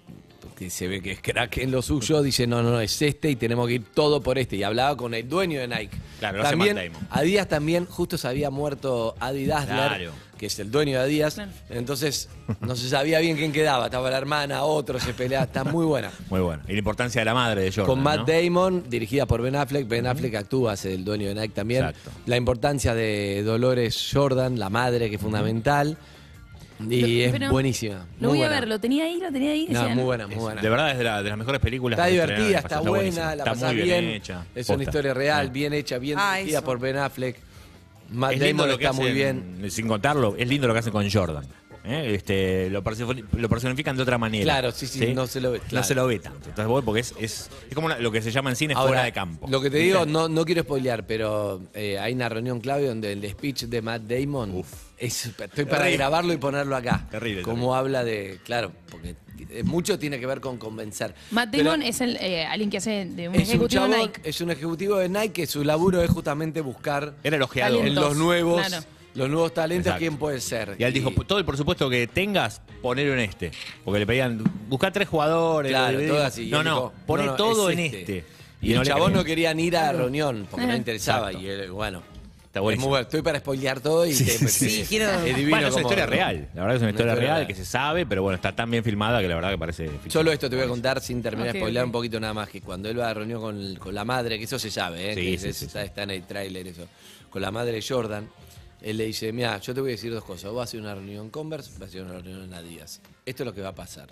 Speaker 7: que se ve que es crack en lo suyo, dice, no, no, no, es este y tenemos que ir todo por este. Y hablaba con el dueño de Nike.
Speaker 12: Claro, lo hace
Speaker 7: también,
Speaker 12: Matt Damon.
Speaker 7: Adidas también, justo se había muerto Adi Dassler,
Speaker 12: Claro.
Speaker 7: que es el dueño de Adidas. Entonces, no se sabía bien quién quedaba. Estaba la hermana, otro, se peleaba. Está muy buena.
Speaker 12: Muy bueno. Y la importancia de la madre de Jordan.
Speaker 7: Con Matt
Speaker 12: ¿no?
Speaker 7: Damon, dirigida por Ben Affleck. Ben Affleck actúa, es el dueño de Nike también.
Speaker 12: Exacto.
Speaker 7: La importancia de Dolores Jordan, la madre, que es fundamental. Y
Speaker 10: Lo-
Speaker 7: es
Speaker 10: pero
Speaker 7: buenísima. muy
Speaker 10: Lo voy
Speaker 7: buena.
Speaker 10: a ver, lo tenía ahí, lo tenía ahí.
Speaker 7: No,
Speaker 10: decían.
Speaker 7: muy buena, muy buena.
Speaker 12: De verdad es de, la- de las mejores películas.
Speaker 7: Está
Speaker 12: que estrenaron en
Speaker 7: divertida,
Speaker 12: el
Speaker 7: está
Speaker 12: pasado, buenísima.
Speaker 7: buena, la
Speaker 12: está
Speaker 7: pasás
Speaker 12: muy
Speaker 7: bien.
Speaker 12: bien, hecha.
Speaker 7: Es
Speaker 12: Posta.
Speaker 7: una historia real,
Speaker 12: Sí.
Speaker 7: bien hecha, bien
Speaker 11: Ah,
Speaker 7: dirigida
Speaker 11: eso.
Speaker 7: por Ben Affleck. Matt
Speaker 12: Es lindo
Speaker 7: Damon
Speaker 12: lo que
Speaker 7: está muy
Speaker 12: hacen,
Speaker 7: bien.
Speaker 12: Sin contarlo, es lindo lo que hacen con Jordan. ¿eh? Este, lo, persif- lo personifican de otra manera.
Speaker 7: Claro, sí, sí, no se lo ve,
Speaker 12: No
Speaker 7: claro.
Speaker 12: se lo ve tanto. Entonces, voy porque es, es, es como una- lo que se llama en cine
Speaker 7: Ahora,
Speaker 12: fuera de campo.
Speaker 7: Lo que te digo, no, no quiero spoilear, pero eh, hay una reunión clave donde el speech de Matt Damon. es- estoy para
Speaker 12: Terrible.
Speaker 7: grabarlo y ponerlo acá.
Speaker 12: Terrible,
Speaker 7: Como habla de. Claro, porque eh, mucho tiene que ver con convencer.
Speaker 10: Matt
Speaker 7: Pero
Speaker 10: Damon es el, eh, alguien que hace de un
Speaker 7: es un,
Speaker 10: ejecutivo
Speaker 7: chabón-
Speaker 10: Nike.
Speaker 7: es un ejecutivo de Nike que su laburo es justamente buscar.
Speaker 12: Era elogiado.
Speaker 7: en los nuevos.
Speaker 10: Claro.
Speaker 7: Los nuevos talentos, quién puede ser.
Speaker 12: Y él dijo, todo el presupuesto que tengas, ponelo en este. Porque le pedían, busca tres jugadores.
Speaker 7: Claro,
Speaker 12: eh,
Speaker 7: todo así. Y
Speaker 12: No,
Speaker 7: él
Speaker 12: no,
Speaker 7: dijo,
Speaker 12: poné
Speaker 7: no, no,
Speaker 12: todo
Speaker 7: es
Speaker 12: en
Speaker 7: este.
Speaker 12: este.
Speaker 7: Y, los
Speaker 12: le
Speaker 7: chabón
Speaker 12: creían.
Speaker 7: no querían ir a la
Speaker 12: Claro. Ah.
Speaker 7: reunión porque no
Speaker 12: Ajá.
Speaker 7: interesaba.
Speaker 12: Exacto.
Speaker 7: Y él, bueno,
Speaker 12: Está buenísimo.
Speaker 7: Es muy bueno. Estoy para spoilear todo y te-
Speaker 12: sí.
Speaker 7: es divino
Speaker 12: Bueno, es una
Speaker 7: como-
Speaker 12: historia real. La verdad que es una historia
Speaker 7: historia
Speaker 12: real
Speaker 7: real.
Speaker 12: que se sabe, pero bueno, está tan bien filmada que la verdad que parece. ficción.
Speaker 7: Solo esto te voy a contar sin terminar
Speaker 12: Ok,
Speaker 7: de spoilear
Speaker 12: ok.
Speaker 7: un poquito nada más, que cuando él va a reunión con, con la madre, que eso se sabe, ¿eh?
Speaker 12: Sí,
Speaker 7: que
Speaker 12: sí,
Speaker 7: es-
Speaker 12: sí,
Speaker 7: está, está en el tráiler eso, con la madre de Jordan, él le dice, mira, yo te voy a decir dos cosas, vas a hacer una reunión en Converse, vas a hacer una reunión en Adidas, esto es lo que va a pasar.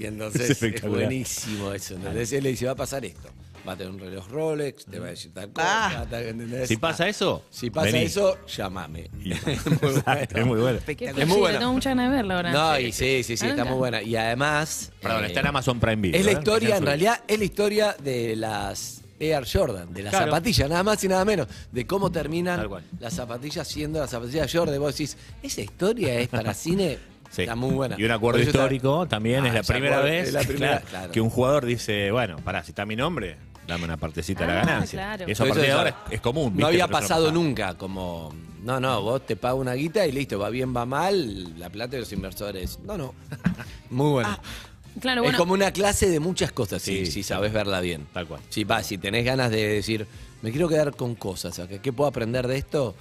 Speaker 12: Es
Speaker 7: entonces es,
Speaker 12: espectacular.
Speaker 7: buenísimo eso, ¿entendés? Él le dice, va a pasar esto, va a tener un reloj Rolex, te va a decir tal cosa,
Speaker 12: Ah.
Speaker 7: tal, ¿entendés?
Speaker 12: Si pasa eso,
Speaker 7: Si pasa
Speaker 12: vení.
Speaker 7: eso, llamame.
Speaker 12: Exacto, es muy bueno.
Speaker 7: Es muy
Speaker 10: Tengo
Speaker 7: bueno.
Speaker 10: muchas ganas de verla ahora. Ah,
Speaker 7: No, y sí, sí, sí, está muy buena. Y además.
Speaker 12: Perdón, está en
Speaker 7: Amazon
Speaker 12: Prime Video,
Speaker 7: eh, Es la
Speaker 12: ¿eh?
Speaker 7: historia,
Speaker 12: Recién
Speaker 7: en
Speaker 12: subí.
Speaker 7: realidad, es la historia de las Air Jordan, de las
Speaker 12: Claro.
Speaker 7: zapatillas, nada más y nada menos. De cómo terminan las zapatillas siendo las zapatillas Jordan. Vos decís, esa historia es para cine.
Speaker 12: Sí.
Speaker 7: Está muy buena.
Speaker 12: Y un acuerdo
Speaker 7: Por eso está-
Speaker 12: histórico también
Speaker 7: Ah,
Speaker 12: es la
Speaker 7: ese
Speaker 12: primera
Speaker 7: acuerdo-
Speaker 12: vez
Speaker 7: es la primera,
Speaker 12: claro,
Speaker 7: claro.
Speaker 12: que un jugador dice, bueno, pará, si está mi nombre, dame una partecita de la
Speaker 7: Ah,
Speaker 12: ganancia.
Speaker 7: claro.
Speaker 12: Y eso a partir de
Speaker 7: Eso
Speaker 12: ahora es,
Speaker 7: ya-
Speaker 12: es común.
Speaker 7: No
Speaker 12: ¿viste?
Speaker 7: había
Speaker 12: Pero eso
Speaker 7: pasado
Speaker 12: pasaba.
Speaker 7: nunca, como, no, no, vos te pagas una guita y listo, va bien, va mal, la plata de los inversores. No, no. Muy bueno.
Speaker 10: Ah, Claro,
Speaker 7: Es
Speaker 10: bueno.
Speaker 7: como una clase de muchas cosas, si, si sabes verla bien. Tal cual. Si, va, si tenés ganas de decir, me quiero quedar con cosas, acá, ¿qué puedo aprender de esto?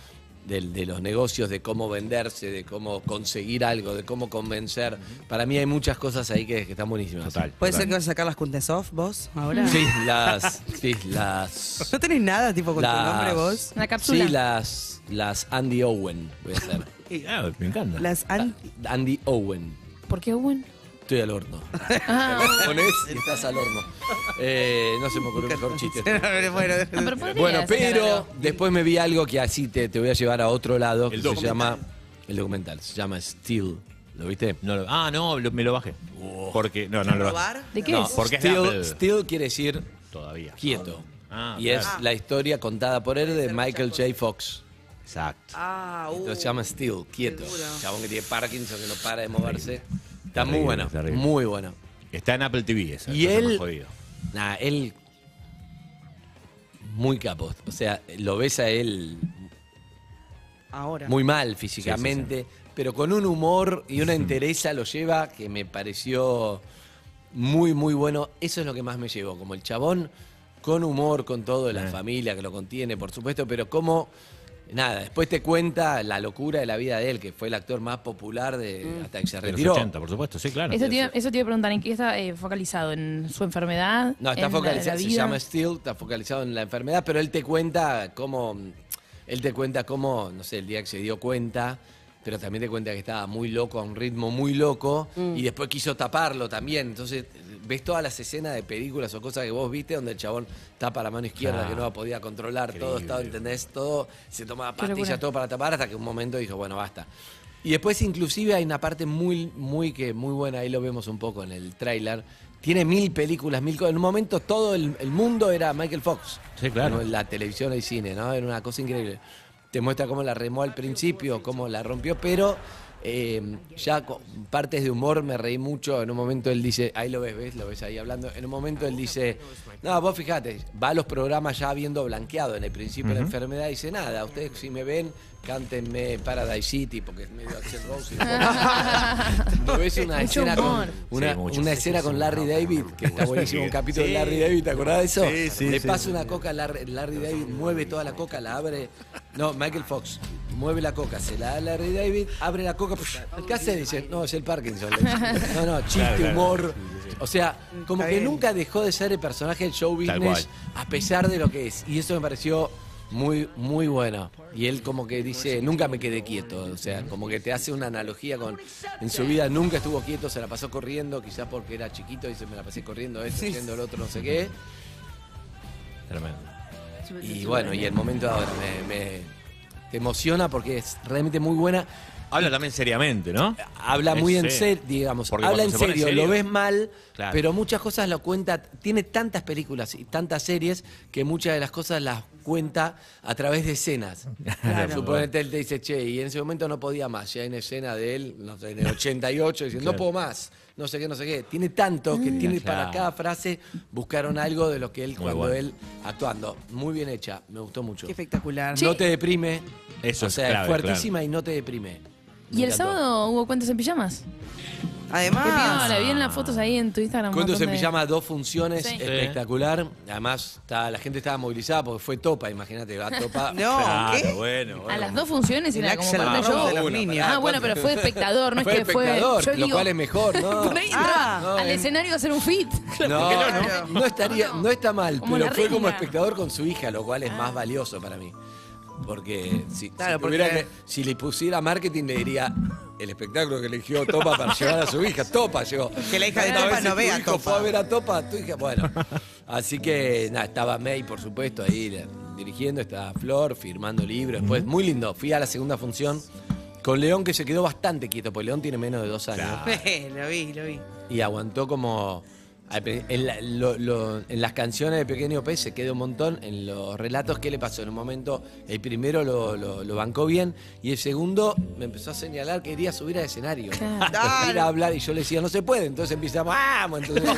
Speaker 7: Del- De, los negocios, de cómo venderse, de cómo conseguir algo, de cómo convencer. Para mí hay muchas cosas ahí que, que están buenísimas. Total.
Speaker 11: ¿Puede ser que vas a sacar las Kuntesov vos ahora?
Speaker 14: Mm.
Speaker 7: Sí, las. Sí, las.
Speaker 11: ¿No tenés nada tipo con tu
Speaker 7: las-
Speaker 11: nombre vos?
Speaker 7: Sí, las, las Andy Owen voy a hacer.
Speaker 12: Ah, me encanta.
Speaker 11: Las an-
Speaker 7: Andy Owen.
Speaker 10: ¿Por qué Owen?
Speaker 7: Estoy al horno.
Speaker 10: Ah,
Speaker 7: Te pones y estás al horno. Eh, no se me ocurrió mejor chiste. Bueno,
Speaker 10: podría sacar
Speaker 7: pero
Speaker 10: algo.
Speaker 7: después me vi algo que así te, te voy a llevar a otro lado. que se
Speaker 12: documental.
Speaker 7: llama. El documental. Se llama Steel. ¿Lo viste?
Speaker 12: No lo- ah, no, lo- me lo bajé. Porque, no, no lo bajé.
Speaker 10: ¿De qué
Speaker 7: No,
Speaker 10: es?
Speaker 12: porque es de
Speaker 7: Steel,
Speaker 12: Apple.
Speaker 7: Steel quiere decir.
Speaker 12: Todavía.
Speaker 7: Quieto.
Speaker 12: Ah,
Speaker 7: y
Speaker 12: claro.
Speaker 7: es la historia contada por él de Michael J. Fox. Exacto.
Speaker 11: Ah, uh,
Speaker 7: Entonces se llama Steel, quieto. Chabón que tiene Parkinson, que no para de moverse. Está muy
Speaker 12: Terrible,
Speaker 7: bueno.
Speaker 12: terrible.
Speaker 7: Muy bueno.
Speaker 12: Está en Apple TV esa.
Speaker 7: Y
Speaker 12: cosa más
Speaker 7: él-
Speaker 12: jodida.
Speaker 7: Nada, él. Muy capo. O sea, lo ves a él
Speaker 11: ahora.
Speaker 7: muy mal físicamente, pero con un humor y una entereza lo lleva que me pareció muy, muy bueno. Eso es lo que más me llevó, como el chabón con humor, con todo,
Speaker 12: Eh.
Speaker 7: la familia que lo contiene, por supuesto, pero como... Nada, después te cuenta la locura de la vida de él, que fue el actor más popular de, hasta que se
Speaker 12: De los
Speaker 7: retiró.
Speaker 12: 80, por supuesto, sí, claro.
Speaker 10: Eso te, iba, eso te iba a preguntar, ¿en qué está eh, focalizado? ¿En su enfermedad?
Speaker 7: No, está
Speaker 10: ¿En la-
Speaker 7: focalizado,
Speaker 10: la
Speaker 7: se
Speaker 10: vida?
Speaker 7: llama Steel, está focalizado en la enfermedad, pero él te cuenta cómo, él te cuenta cómo, no sé, el día que se dio cuenta, pero también te cuenta que estaba muy loco, a un ritmo muy loco,
Speaker 10: Mm.
Speaker 7: y después quiso taparlo también. Entonces, ves todas las escenas de películas o cosas que vos viste donde el chabón tapa la mano izquierda,
Speaker 12: Claro.
Speaker 7: que no la podía controlar, todo estaba, ¿entendés? Todo, se tomaba
Speaker 12: Qué
Speaker 7: pastillas,
Speaker 12: locura.
Speaker 7: todo para tapar, hasta que un momento dijo, bueno, basta. Y después inclusive hay una parte muy, muy que muy buena, ahí lo vemos un poco en el tráiler. Tiene mil películas, mil cosas. En un momento todo el, el mundo era Michael Fox.
Speaker 12: Sí, claro.
Speaker 7: Como La televisión, el cine, ¿no? Era una cosa increíble. Te muestra cómo la remó al principio, cómo la rompió, pero eh, ya con partes de humor me reí mucho. En un momento él dice, ahí lo ves, ves, lo ves ahí hablando. En un momento él dice, no, vos fijate, va a los programas ya habiendo blanqueado en el principio la
Speaker 12: Ujú.
Speaker 7: enfermedad. Dice, nada, ustedes si me ven, cántenme Paradise City, porque es medio Axel Rose. ¿No ves una
Speaker 12: Mucho
Speaker 7: escena con,
Speaker 12: humor.
Speaker 7: una,
Speaker 12: Sí, mucho.
Speaker 7: una
Speaker 12: Sí,
Speaker 7: escena
Speaker 12: sí,
Speaker 7: con
Speaker 12: sí,
Speaker 7: Larry
Speaker 12: no,
Speaker 7: David, que está buenísimo, un capítulo de Larry David, ¿te acordás de eso?
Speaker 12: Sí, sí,
Speaker 7: Le
Speaker 12: sí,
Speaker 7: pasa
Speaker 12: sí.
Speaker 7: una coca a Larry, Larry David, mueve toda la coca, la abre. No, Michael Fox, mueve la coca, se la da a Larry David, abre la coca. pues, ¿Qué hace? Dice, no, es el Parkinson. le dice. No, no, chiste,
Speaker 12: Claro, claro.
Speaker 7: humor. O sea, como
Speaker 12: Está
Speaker 7: que
Speaker 12: bien.
Speaker 7: nunca dejó de ser el personaje del show
Speaker 12: Tal
Speaker 7: business,
Speaker 12: cual.
Speaker 7: a pesar de lo que es. Y eso me pareció muy, muy bueno. Y él como que dice, nunca me quedé quieto. O sea, como que te hace una analogía con, en su vida nunca estuvo quieto, se la pasó corriendo, quizás porque era chiquito y se me la pasé corriendo, esto, yendo el otro, no sé qué.
Speaker 12: Tremendo.
Speaker 7: Y bueno, y el momento ahora me, me- te emociona porque es realmente muy buena.
Speaker 12: Habla también seriamente, ¿no?
Speaker 7: Habla muy en serio, digamos.
Speaker 12: Porque
Speaker 7: habla
Speaker 12: cuando
Speaker 7: en
Speaker 12: se pone
Speaker 7: serio, lo ves mal,
Speaker 12: Claro.
Speaker 7: pero muchas cosas lo cuenta. Tiene tantas películas y tantas series que muchas de las cosas las cuenta a través de escenas.
Speaker 12: Claro.
Speaker 7: Suponete él te dice, che, y en ese momento no podía más. Ya en escena de él, no sé, en el 88, diciendo, no
Speaker 12: Claro.
Speaker 7: puedo más, no sé qué, no sé qué. Tiene tanto que
Speaker 12: Ah,
Speaker 7: tiene
Speaker 12: claro.
Speaker 7: para cada frase, buscaron algo de lo que él, cuando
Speaker 12: bueno.
Speaker 7: él actuando. Muy bien hecha, me gustó mucho.
Speaker 11: espectacular.
Speaker 7: No te deprime.
Speaker 12: Eso
Speaker 7: o
Speaker 12: es
Speaker 7: sea,
Speaker 12: clave,
Speaker 7: es fuertísima y no te deprime.
Speaker 10: ¿Y
Speaker 7: Me
Speaker 10: el
Speaker 7: encantó.
Speaker 10: sábado hubo cuentos en pijamas?
Speaker 11: Además.
Speaker 10: Qué piola, Ah, vi en las fotos ahí en tu Instagram. un
Speaker 7: Cuentos
Speaker 10: montón
Speaker 7: en
Speaker 10: de-
Speaker 7: pijama, dos funciones,
Speaker 10: Sí.
Speaker 7: espectacular. Además, está- la gente estaba movilizada porque fue Topa, imagínate, va Topa.
Speaker 10: No,
Speaker 7: Claro,
Speaker 10: ¿qué?
Speaker 7: bueno.
Speaker 10: A
Speaker 7: bueno.
Speaker 10: las dos funciones y
Speaker 7: El
Speaker 10: era como
Speaker 7: Axel
Speaker 10: parte del
Speaker 7: Rose
Speaker 10: show.
Speaker 7: de los niños.
Speaker 10: Ah, bueno, pero fue espectador, no es
Speaker 7: Fue
Speaker 10: que fue.
Speaker 7: espectador,
Speaker 10: yo
Speaker 7: lo
Speaker 10: digo,
Speaker 7: cual es mejor, ¿no? Ah,
Speaker 10: Por ahí
Speaker 14: Ah.
Speaker 10: entra al escenario a hacer un fit.
Speaker 7: No, no, no estaría, no está mal,
Speaker 10: Como
Speaker 7: pero
Speaker 10: la
Speaker 7: fue como
Speaker 10: reina. Ah.
Speaker 7: espectador con su hija, lo cual es más valioso para mí. Porque si,
Speaker 11: Claro,
Speaker 7: si tuviera
Speaker 11: porque-
Speaker 7: que- si le pusiera marketing le diría el espectáculo que eligió Topa para llevar a su hija, Topa llegó.
Speaker 11: Que la hija de
Speaker 7: Una
Speaker 11: Topa
Speaker 7: vez si
Speaker 11: no
Speaker 7: tu
Speaker 11: vea
Speaker 7: hijo
Speaker 11: Topa.
Speaker 7: fue a ver a Topa, tu hija, bueno. Así que nada, estaba May, por supuesto, ahí eh, dirigiendo, estaba Flor, firmando libros, después muy lindo. Fui a la segunda función con León que se quedó bastante quieto, porque León tiene menos de dos años
Speaker 11: lo vi, lo vi.
Speaker 7: y aguantó como. al pri- En, la- lo- lo- en las canciones de Pequeño Pez se queda un montón. En los relatos, ¿qué le pasó? En un momento, el primero lo, lo- lo bancó bien y el segundo me empezó a señalar que quería subir al escenario. Ir a hablar y yo le decía, no se puede. Entonces empezamos, vamos. Entonces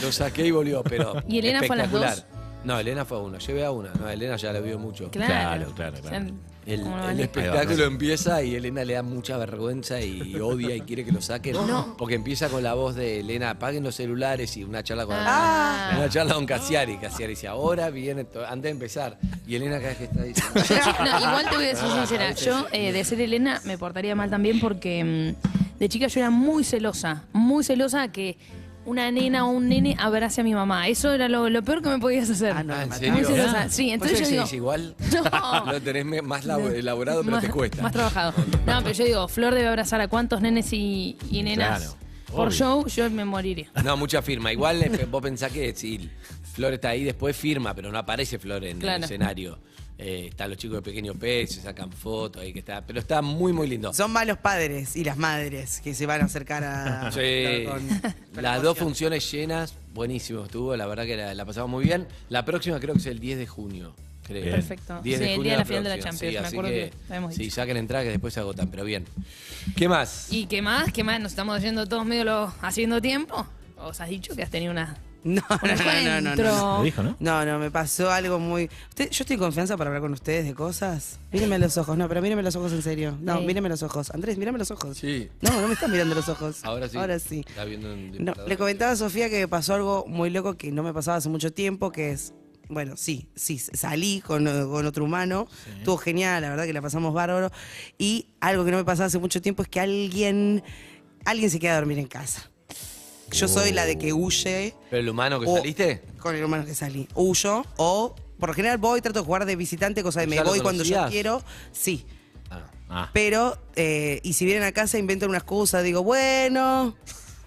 Speaker 7: lo saqué y volvió, pero.
Speaker 10: ¿Y Elena fue a las
Speaker 7: espectacular.
Speaker 10: dos?
Speaker 7: No, Elena fue a una. Llevé a una. No, Elena ya la vio mucho.
Speaker 10: Claro. O sea,
Speaker 7: El,
Speaker 10: como
Speaker 7: el
Speaker 10: vale.
Speaker 7: espectáculo empieza y Elena le da mucha vergüenza y odia y quiere que lo saquen.
Speaker 10: No.
Speaker 7: Porque empieza con la voz de Elena, apaguen los celulares y una charla con
Speaker 10: Ah.
Speaker 7: una charla con Cassiari. Cassiari dice, ahora viene to- antes de empezar. Y Elena cada vez que está diciendo.
Speaker 10: No, igual te voy a ser
Speaker 7: Ah, a
Speaker 10: sincera.
Speaker 7: veces
Speaker 10: Yo,
Speaker 7: sí.
Speaker 10: eh, de ser Elena, me portaría mal también porque mm, de chica yo era muy celosa. Muy celosa a que una nena o un nene abrace a mi mamá. Eso era lo, lo peor que me podías hacer.
Speaker 7: Ah, ¿en
Speaker 10: Muy
Speaker 7: serio?
Speaker 10: celosa. Sí,
Speaker 7: ¿Vos sabés
Speaker 10: entonces yo
Speaker 7: que
Speaker 10: digo.
Speaker 7: es igual?
Speaker 10: No.
Speaker 7: Lo tenés me- más labo- elaborado, pero
Speaker 10: más,
Speaker 7: te cuesta.
Speaker 10: más trabajado. No, pero yo digo, Flor debe abrazar a cuántos nenes y, y nenas.
Speaker 7: Claro,
Speaker 10: Por
Speaker 7: obvio.
Speaker 10: show, yo me moriría.
Speaker 7: No, mucha firma. Igual eh, vos pensás que si Flor está ahí, después firma, pero no aparece Flor en el
Speaker 10: Claro.
Speaker 7: escenario. Eh, están los chicos de pequeño pez, se sacan fotos ahí que está. Pero está muy, muy lindo.
Speaker 11: Son malos padres y las madres que se van a acercar a.
Speaker 7: Sí. Las dos funciones llenas, buenísimo estuvo, la verdad que la, la pasamos muy bien. La próxima creo que es el 10 de junio. Creo.
Speaker 10: Bien. Perfecto.
Speaker 7: 10
Speaker 10: Sí,
Speaker 7: de
Speaker 10: el
Speaker 7: junio
Speaker 10: día de la final de la
Speaker 7: próxima.
Speaker 10: Champions,
Speaker 7: Sí,
Speaker 10: me
Speaker 7: así
Speaker 10: acuerdo
Speaker 7: que,
Speaker 10: que lo habíamos
Speaker 7: sí, saquen entradas que después se agotan, pero bien. ¿Qué más?
Speaker 10: ¿Y qué más? ¿Qué más? Nos estamos yendo todos medio lo- haciendo tiempo. ¿Os has dicho que has tenido una
Speaker 11: No, no, no, no, no,
Speaker 10: encuentro.
Speaker 11: no.
Speaker 10: Lo dijo,
Speaker 11: ¿no? No, me pasó algo muy. Usted- yo estoy en confianza para hablar con ustedes de cosas. Mírenme los ojos, no, pero mírenme los ojos en serio. No,
Speaker 7: Sí.
Speaker 11: mírenme los ojos. Andrés, mírame los ojos.
Speaker 7: Sí.
Speaker 11: No, no me estás mirando los ojos.
Speaker 7: Ahora sí.
Speaker 11: Ahora sí.
Speaker 7: Está viendo un
Speaker 11: No,
Speaker 7: disparador.
Speaker 11: le comentaba a Sofía que me pasó algo muy loco que no me pasaba hace mucho tiempo, que es, bueno, sí, sí, salí con, eh, con otro humano, estuvo genial, la verdad que la pasamos bárbaro, y algo que no me pasaba hace mucho tiempo es que alguien, alguien se queda a dormir en casa. Yo soy la de
Speaker 7: Oh.
Speaker 11: que huye
Speaker 7: ¿Pero el humano que
Speaker 11: O-
Speaker 7: saliste?
Speaker 11: con el humano que salí, huyo o... Por lo general voy, trato de jugar de visitante, cosa de me
Speaker 7: ¿Ya lo
Speaker 11: voy cuando yo
Speaker 7: conocías?
Speaker 11: quiero. Sí,
Speaker 12: Ah.
Speaker 11: pero, eh, y si vienen a casa, inventan una excusa. Digo, bueno,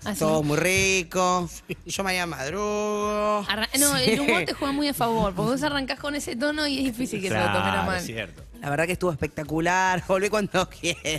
Speaker 10: Ah, sí.
Speaker 11: todo muy rico. Yo mañana madrugo.
Speaker 10: Arra- No,
Speaker 11: Sí.
Speaker 10: el humor te juega muy a favor, porque vos arrancás con ese tono y es difícil que te lo
Speaker 11: Claro,
Speaker 10: tomen a mal.
Speaker 12: cierto.
Speaker 11: La verdad que estuvo espectacular, volví cuando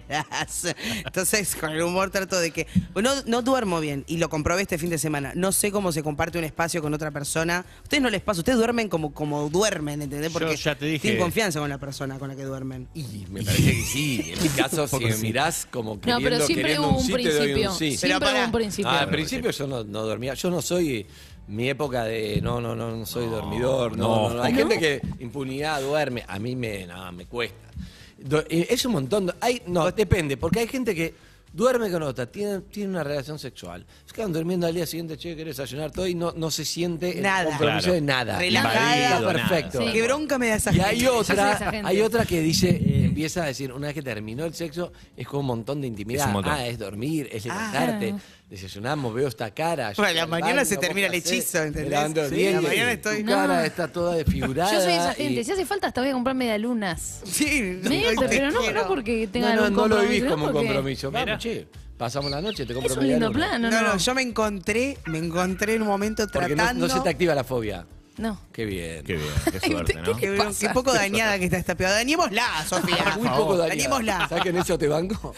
Speaker 11: quieras. Entonces, con el humor trato de que... No, no duermo bien, y lo comprobé este fin de semana. No sé cómo se comparte un espacio con otra persona. Ustedes no les pasa, ustedes duermen como, como duermen, ¿entendés?
Speaker 12: Yo
Speaker 11: Porque
Speaker 12: ya te dije.
Speaker 11: tienen confianza con la persona con la que duermen.
Speaker 7: Y Me parece que sí. En mi caso, si
Speaker 12: Poco
Speaker 7: me
Speaker 12: sí.
Speaker 7: mirás como
Speaker 10: pero
Speaker 7: queriendo,
Speaker 10: siempre
Speaker 7: queriendo
Speaker 10: hubo
Speaker 7: un
Speaker 10: un
Speaker 7: sí, te doy
Speaker 10: principio.
Speaker 7: un sí.
Speaker 10: Siempre Pero hubo un pará. principio.
Speaker 7: Ah, al principio yo no, no dormía. Yo no soy... Mi época de no, no, no, no soy dormidor. No,
Speaker 12: no.
Speaker 7: no, no. Hay
Speaker 12: ¿No?
Speaker 7: gente que impunidad duerme. A mí me, no, me cuesta. Do- eh, es un montón. de- Hay, no, depende. Porque hay gente que duerme con otra, tiene, tiene una relación sexual. Se quedan durmiendo al día siguiente, che, querés desayunar todo y no, no se siente el
Speaker 11: Nada.
Speaker 7: compromiso
Speaker 11: Claro.
Speaker 7: de nada.
Speaker 11: Relajada.
Speaker 7: Está perfecto.
Speaker 11: Qué bronca me da esa
Speaker 7: Y
Speaker 11: gente.
Speaker 7: hay
Speaker 11: Yo soy esa
Speaker 7: otra,
Speaker 11: gente.
Speaker 7: hay otra que dice, eh, empieza a decir, una vez que terminó el sexo, es como un montón de intimidad.
Speaker 12: Es un montón.
Speaker 7: Ah, es dormir, es levantarte,
Speaker 10: Ah.
Speaker 12: Claro.
Speaker 7: desayunamos, veo esta cara. yo
Speaker 11: Bueno,
Speaker 7: voy
Speaker 11: la
Speaker 7: al
Speaker 11: mañana se
Speaker 7: vos
Speaker 11: termina el
Speaker 7: qué hacés,
Speaker 11: hechizo, ¿entendés?
Speaker 7: esperando el
Speaker 11: Sí,
Speaker 7: día
Speaker 11: la
Speaker 7: y
Speaker 11: mañana
Speaker 7: tu
Speaker 11: estoy-
Speaker 7: cara
Speaker 11: No.
Speaker 7: está toda desfigurada.
Speaker 10: Yo soy esa
Speaker 7: y-
Speaker 10: gente, si hace falta hasta voy a comprar medialunas.
Speaker 11: Sí,
Speaker 10: Medio,
Speaker 7: no,
Speaker 10: pero no,
Speaker 7: quiero.
Speaker 10: no porque tenga
Speaker 7: No, no,
Speaker 10: algún
Speaker 7: no lo
Speaker 10: compromiso,
Speaker 7: vivís
Speaker 10: ¿no?
Speaker 7: como un
Speaker 10: porque-
Speaker 7: compromiso. Vamos, che, pasamos la noche, te compro
Speaker 10: Es un lindo
Speaker 7: medialuna.
Speaker 10: plan, ¿o
Speaker 11: no,
Speaker 10: no?
Speaker 11: yo me encontré, me encontré en un momento
Speaker 7: Porque no,
Speaker 11: tratando...
Speaker 7: no se te activa la fobia.
Speaker 10: No.
Speaker 7: Qué bien. Qué
Speaker 12: bien,
Speaker 7: qué suerte, ¿no?
Speaker 11: Qué, qué poco dañada que está esta piba. Dañémosla, Sofía.
Speaker 7: Muy poco dañada.
Speaker 11: Dañémosla.
Speaker 7: ¿Sabes que en eso te banco?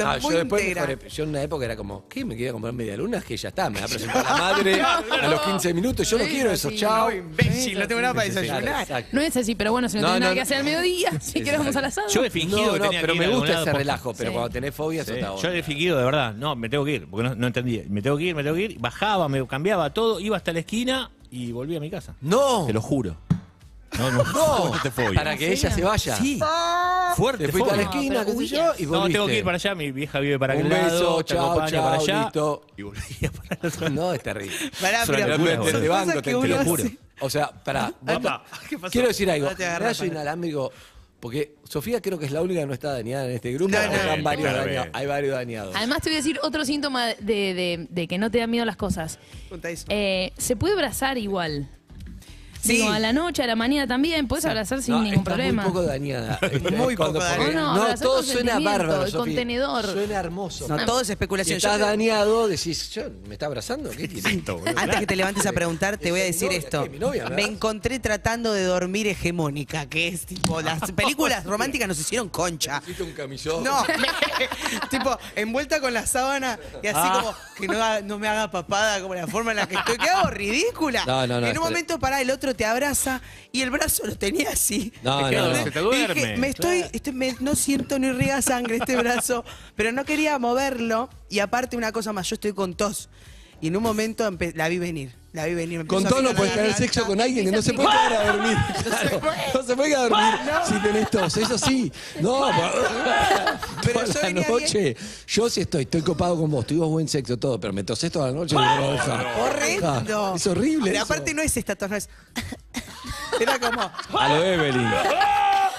Speaker 7: Ah, yo
Speaker 11: muy
Speaker 7: después
Speaker 11: entera.
Speaker 7: mejoré. yo en una época era como, ¿qué? Me quería comprar medialunas, que ya está, me va a presentar la madre a los 15 minutos, yo no
Speaker 10: Sí,
Speaker 7: quiero eso,
Speaker 10: sí.
Speaker 7: chao.
Speaker 10: No,
Speaker 11: imbécil, no tengo nada para desayunar.
Speaker 7: Claro, exacto.
Speaker 10: No es así, pero bueno, si no,
Speaker 7: No,
Speaker 10: tenés
Speaker 7: no,
Speaker 10: nada que
Speaker 7: no.
Speaker 10: hacer al mediodía, si querés vamos al asado.
Speaker 12: Yo he fingido
Speaker 7: No,
Speaker 12: que
Speaker 7: no,
Speaker 12: tenía
Speaker 7: pero
Speaker 12: que ir
Speaker 7: me
Speaker 12: a algún
Speaker 7: gusta
Speaker 12: lado
Speaker 7: ese
Speaker 12: por-
Speaker 7: relajo, pero cuando tenés fobia,
Speaker 12: Sí.
Speaker 7: eso está
Speaker 12: Yo he fingido, de verdad, no, me tengo que ir, porque no, no entendí. Me tengo que ir, me tengo que ir. Bajaba, me cambiaba todo, iba hasta la esquina y volví a mi casa.
Speaker 7: ¡No!
Speaker 12: Te lo juro. No, no.
Speaker 7: No,
Speaker 12: Esta fobia.
Speaker 7: para que ella se vaya.
Speaker 12: Sí. fuerte,
Speaker 16: Te fuiste a la
Speaker 12: fobia.
Speaker 16: esquina, qué sé yo, y
Speaker 12: No, tengo
Speaker 16: volviste.
Speaker 12: que ir para allá, mi vieja vive para aquel
Speaker 16: Un beso,
Speaker 12: lado, te
Speaker 16: chao,
Speaker 12: acompaño para
Speaker 16: chao,
Speaker 12: allá.
Speaker 16: listo.
Speaker 12: Y volvía para el otro
Speaker 16: No, es terrible.
Speaker 11: Pará,
Speaker 16: Es una
Speaker 11: pero-
Speaker 16: locura,
Speaker 11: son
Speaker 16: boludo.
Speaker 11: cosas
Speaker 16: te banco,
Speaker 11: que
Speaker 16: te, te
Speaker 11: uno
Speaker 16: lo
Speaker 11: hace.
Speaker 16: juro. O sea, pará. vos-
Speaker 12: Papá, Ah, ¿qué pasó?
Speaker 16: Quiero decir algo.
Speaker 12: No te agarrás,
Speaker 16: Rayo
Speaker 12: pará.
Speaker 16: inalámbrico, porque Sofía creo que es la única que no está dañada en este grupo.
Speaker 12: No,
Speaker 16: pero
Speaker 12: no,
Speaker 16: están
Speaker 12: no.
Speaker 16: varios
Speaker 12: Claro,
Speaker 16: dañados,
Speaker 12: bien.
Speaker 16: Hay varios dañados.
Speaker 10: Además te voy a decir otro síntoma de, de- de que no te da miedo las cosas. Eh, se puede abrazar igual.
Speaker 11: Sí.
Speaker 10: Digo, a la noche, a la mañana también, puedes abrazar sin
Speaker 16: No,
Speaker 10: ningún
Speaker 16: estás
Speaker 10: problema.
Speaker 16: Muy poco dañada.
Speaker 11: Muy
Speaker 16: Cuando-
Speaker 11: poco
Speaker 16: porque-
Speaker 11: dañada.
Speaker 10: No,
Speaker 16: No,
Speaker 10: abrazar
Speaker 16: todo
Speaker 10: con
Speaker 16: suena
Speaker 10: sentimiento,
Speaker 16: bárbaro.
Speaker 10: el
Speaker 16: Sofía.
Speaker 10: contenedor.
Speaker 16: Suena hermoso.
Speaker 11: No, todo es especulación.
Speaker 16: Y
Speaker 11: Yo
Speaker 16: estás
Speaker 11: creo-
Speaker 16: dañado, decís, yo, ¿me está abrazando? ¿Qué tiene?
Speaker 11: Antes que te levantes a preguntar, te voy a decir
Speaker 16: novia,
Speaker 11: esto.
Speaker 16: es mi novia, ¿verdad?
Speaker 11: Me encontré tratando de dormir hegemónica, que es tipo, las películas románticas nos hicieron concha.
Speaker 16: Hiciste un camisón.
Speaker 11: No, tipo, envuelta con la sábana y así
Speaker 16: Ah.
Speaker 11: como que no, haga- no me haga papada como la forma en la que estoy. ¿Qué hago? Ridícula.
Speaker 16: No, no, no,
Speaker 11: en
Speaker 16: es
Speaker 11: un momento para el otro te abraza y el brazo lo tenía así.
Speaker 16: No,
Speaker 11: ¿Entendés?
Speaker 16: no, no. Se
Speaker 12: te
Speaker 11: Y
Speaker 12: duerme.
Speaker 11: dije, me estoy, este- me- no siento ni riega sangre este brazo, pero no quería moverlo. Y aparte una cosa más, yo estoy con tos. Y en un momento empe- la vi venir. La vi venir. me
Speaker 7: Con
Speaker 11: empezó a
Speaker 7: todo no
Speaker 11: picar
Speaker 7: puedes
Speaker 11: la
Speaker 7: tener
Speaker 11: garganta.
Speaker 7: sexo con alguien y no se puede quedar a dormir. Claro, no se puede quedar a dormir si tenés tos, eso sí. No, por-
Speaker 11: Pero yo
Speaker 7: toda la
Speaker 11: venía bien.
Speaker 7: noche. Yo sí estoy, estoy copado con vos, tuvimos buen sexo todo, pero me tosé toda la noche. no, oja.
Speaker 11: Horrendo.
Speaker 7: Oja, Es horrible.
Speaker 11: Pero
Speaker 7: eso.
Speaker 11: aparte no es esta tos, no es. Era como.
Speaker 7: A lo Evelyn.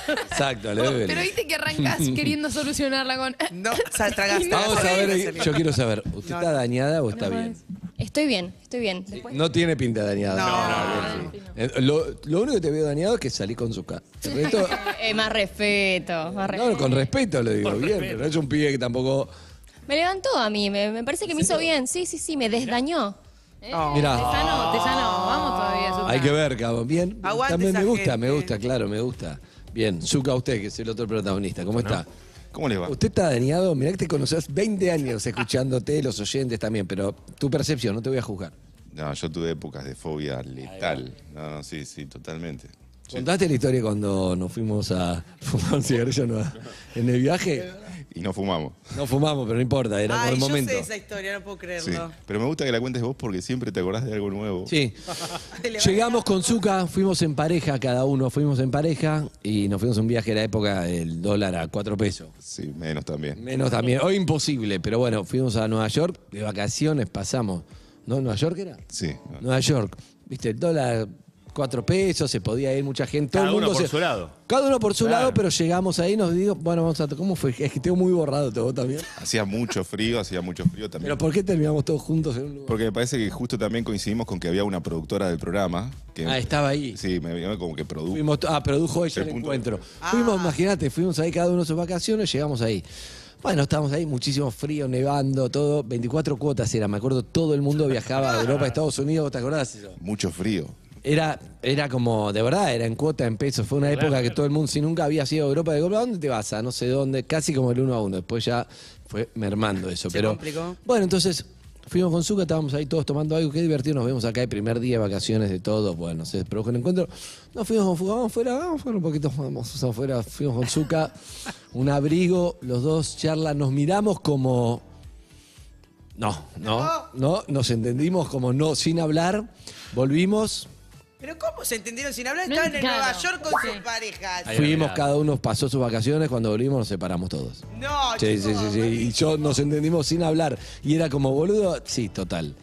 Speaker 7: Exacto, a lo Evelyn.
Speaker 10: Pero viste que arrancas queriendo solucionarla con.
Speaker 11: No, o sea, tragaste.
Speaker 7: Vamos a ver, yo quiero saber, ¿usted está dañada o está bien?
Speaker 17: Estoy bien, estoy bien. Después-
Speaker 7: No tiene pinta dañada.
Speaker 17: No,
Speaker 7: no, Eh, Lo, lo único que te veo dañado es que salí con su cara. El resto-
Speaker 17: Eh, más respeto, más respeto.
Speaker 7: no, con respeto lo digo,
Speaker 17: Con
Speaker 7: bien,
Speaker 17: respeto.
Speaker 7: pero es un pibe que tampoco.
Speaker 17: Me levantó a mí, me, me parece que me hizo bien. Sí, sí, sí, me desdañó.
Speaker 7: Ah, Mirá.
Speaker 10: Tesano, Tesano, vamos todavía. Zucca.
Speaker 7: Hay que ver, cabrón. Bien.
Speaker 10: Aguante
Speaker 7: También
Speaker 10: esa
Speaker 7: me gusta,
Speaker 10: gente.
Speaker 7: me gusta, claro, me gusta. Bien, Zuka, usted, que es el otro protagonista, ¿cómo está?
Speaker 13: ¿Cómo le va?
Speaker 7: Usted está dañado, mirá que te conoces 20 años escuchándote, los oyentes también, pero tu percepción, no te voy a juzgar.
Speaker 13: No, yo tuve épocas de fobia letal. No, no, sí, sí, totalmente.
Speaker 7: ¿Contaste la historia cuando nos fuimos a fumar un cigarrillo no? en el viaje?
Speaker 13: Y no fumamos.
Speaker 7: No fumamos, pero no importa, era por
Speaker 11: Ay,
Speaker 7: el
Speaker 11: yo
Speaker 7: momento.
Speaker 11: sé esa historia, no puedo
Speaker 13: Sí.
Speaker 11: creerlo.
Speaker 13: Pero me gusta que la cuentes vos porque siempre te acordás de algo
Speaker 17: Eh.
Speaker 13: nuevo.
Speaker 7: Sí. Llegamos con Zuka, fuimos en pareja, cada uno fuimos en pareja y nos fuimos a un viaje de la época del dólar a cuatro pesos.
Speaker 13: Sí, menos también.
Speaker 7: Menos también, hoy imposible, pero bueno, fuimos a Nueva York, de vacaciones pasamos. ¿No? ¿Nueva York era?
Speaker 13: Sí.
Speaker 7: Nueva York. Viste, el dólar cuatro pesos, se podía ir mucha gente. Todo
Speaker 12: Cada
Speaker 7: el
Speaker 12: uno
Speaker 7: mundo
Speaker 12: por
Speaker 7: se-
Speaker 12: su lado.
Speaker 7: Cada uno por su
Speaker 12: Claro.
Speaker 7: lado, pero llegamos ahí y nos digo, bueno, vamos a... ¿Cómo fue? Es que tengo muy borrado todo también.
Speaker 13: Hacía mucho frío, hacía mucho frío también.
Speaker 7: Pero ¿por qué terminamos todos juntos en un lugar?
Speaker 13: Porque me parece que justo también coincidimos con que había una productora del programa. Que,
Speaker 7: Ah, estaba ahí.
Speaker 13: Sí, me vio como que produjo.
Speaker 7: Fuimos, ah, produjo ella
Speaker 13: El
Speaker 7: el,
Speaker 13: punto
Speaker 7: encuentro. Fuimos, imagínate, fuimos ahí cada uno a sus vacaciones, llegamos ahí. Bueno, estábamos ahí, muchísimo frío, nevando, todo. 24 cuotas era, me acuerdo, todo el mundo viajaba a Europa, Estados Unidos, ¿te acordás? eso?
Speaker 13: Mucho frío.
Speaker 7: Era, era como, de verdad, era en cuota, en pesos. Fue una época que todo el mundo, si nunca había sido a Europa, de ¿a dónde te vas? A no sé dónde, casi como el uno a uno. Después ya fue mermando eso.
Speaker 11: Se
Speaker 7: pero
Speaker 11: complicó.
Speaker 7: Bueno, entonces fuimos con Zuka, estábamos ahí todos tomando algo, qué divertido. Nos vemos acá el primer día de vacaciones de todos. Bueno, se produjo un encuentro. Nos fuimos con Zuka, vamos afuera, vamos afuera un poquito, vamos vamos afuera. Fuimos con Zuka, un abrigo, los dos charlas, nos miramos como. No, no, no, nos entendimos como no, sin hablar. Volvimos,
Speaker 11: Pero ¿cómo se entendieron sin hablar?
Speaker 10: No
Speaker 11: Estaban en
Speaker 10: entiendo.
Speaker 11: Nueva York con sus parejas.
Speaker 7: Fuimos, cada uno pasó sus vacaciones, cuando volvimos nos separamos todos.
Speaker 11: No,
Speaker 7: Sí, sí, sí, sí. Y yo nos entendimos sin hablar. Y era como, boludo, sí, total.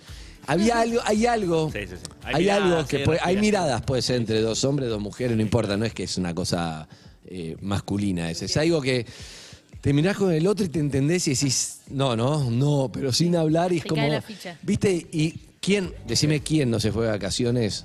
Speaker 7: Había algo, hay algo. Hay,
Speaker 12: Hay miradas,
Speaker 7: algo que
Speaker 12: hay
Speaker 7: puede- hay
Speaker 12: respiración.
Speaker 7: miradas, puede ser, entre dos hombres, dos mujeres, no importa, no es que es una cosa eh, masculina, es, es algo que te mirás con el otro y te entendés y decís, no, no, no, pero sin hablar y es
Speaker 10: Te
Speaker 7: como.
Speaker 10: cae la ficha.
Speaker 7: ¿Viste? ¿Y quién? Decime quién no se fue de vacaciones.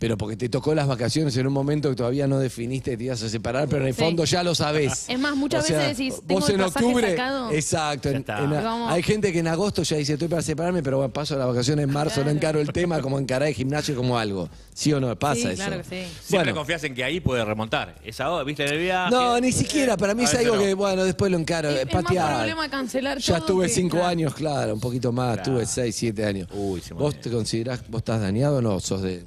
Speaker 7: Pero porque te tocó las vacaciones en un momento que todavía no definiste que te ibas a separar, pero en el
Speaker 10: Sí.
Speaker 7: fondo ya lo sabés.
Speaker 10: Es más, muchas veces decís, tengo
Speaker 7: vos
Speaker 10: el
Speaker 7: en
Speaker 10: pasaje
Speaker 7: octubre.
Speaker 10: sacado.
Speaker 7: Exacto. en-
Speaker 10: está.
Speaker 7: en-
Speaker 10: Y vamos.
Speaker 7: hay gente que en agosto ya dice, estoy para separarme, pero bueno, paso las vacaciones en marzo, no encaro el tema como encarar el gimnasio como algo. ¿Sí o no? Pasa
Speaker 10: Sí,
Speaker 7: eso.
Speaker 10: claro que sí.
Speaker 12: Siempre
Speaker 7: Bueno.
Speaker 12: confías en que ahí puede remontar. Esa hora, viste, en el viaje.
Speaker 7: No, ni siquiera. Para mí
Speaker 12: A
Speaker 7: es
Speaker 12: veces
Speaker 7: algo
Speaker 12: no.
Speaker 7: que, bueno, después lo encaro.
Speaker 10: Es más
Speaker 7: Patear.
Speaker 10: problema cancelar
Speaker 7: Ya
Speaker 10: todo
Speaker 7: estuve
Speaker 10: que-
Speaker 7: cinco
Speaker 10: Claro.
Speaker 7: años, claro, un poquito más. Tuve seis, siete años. ¿Vos te considerás, vos estás dañado o no? ¿Sos de...?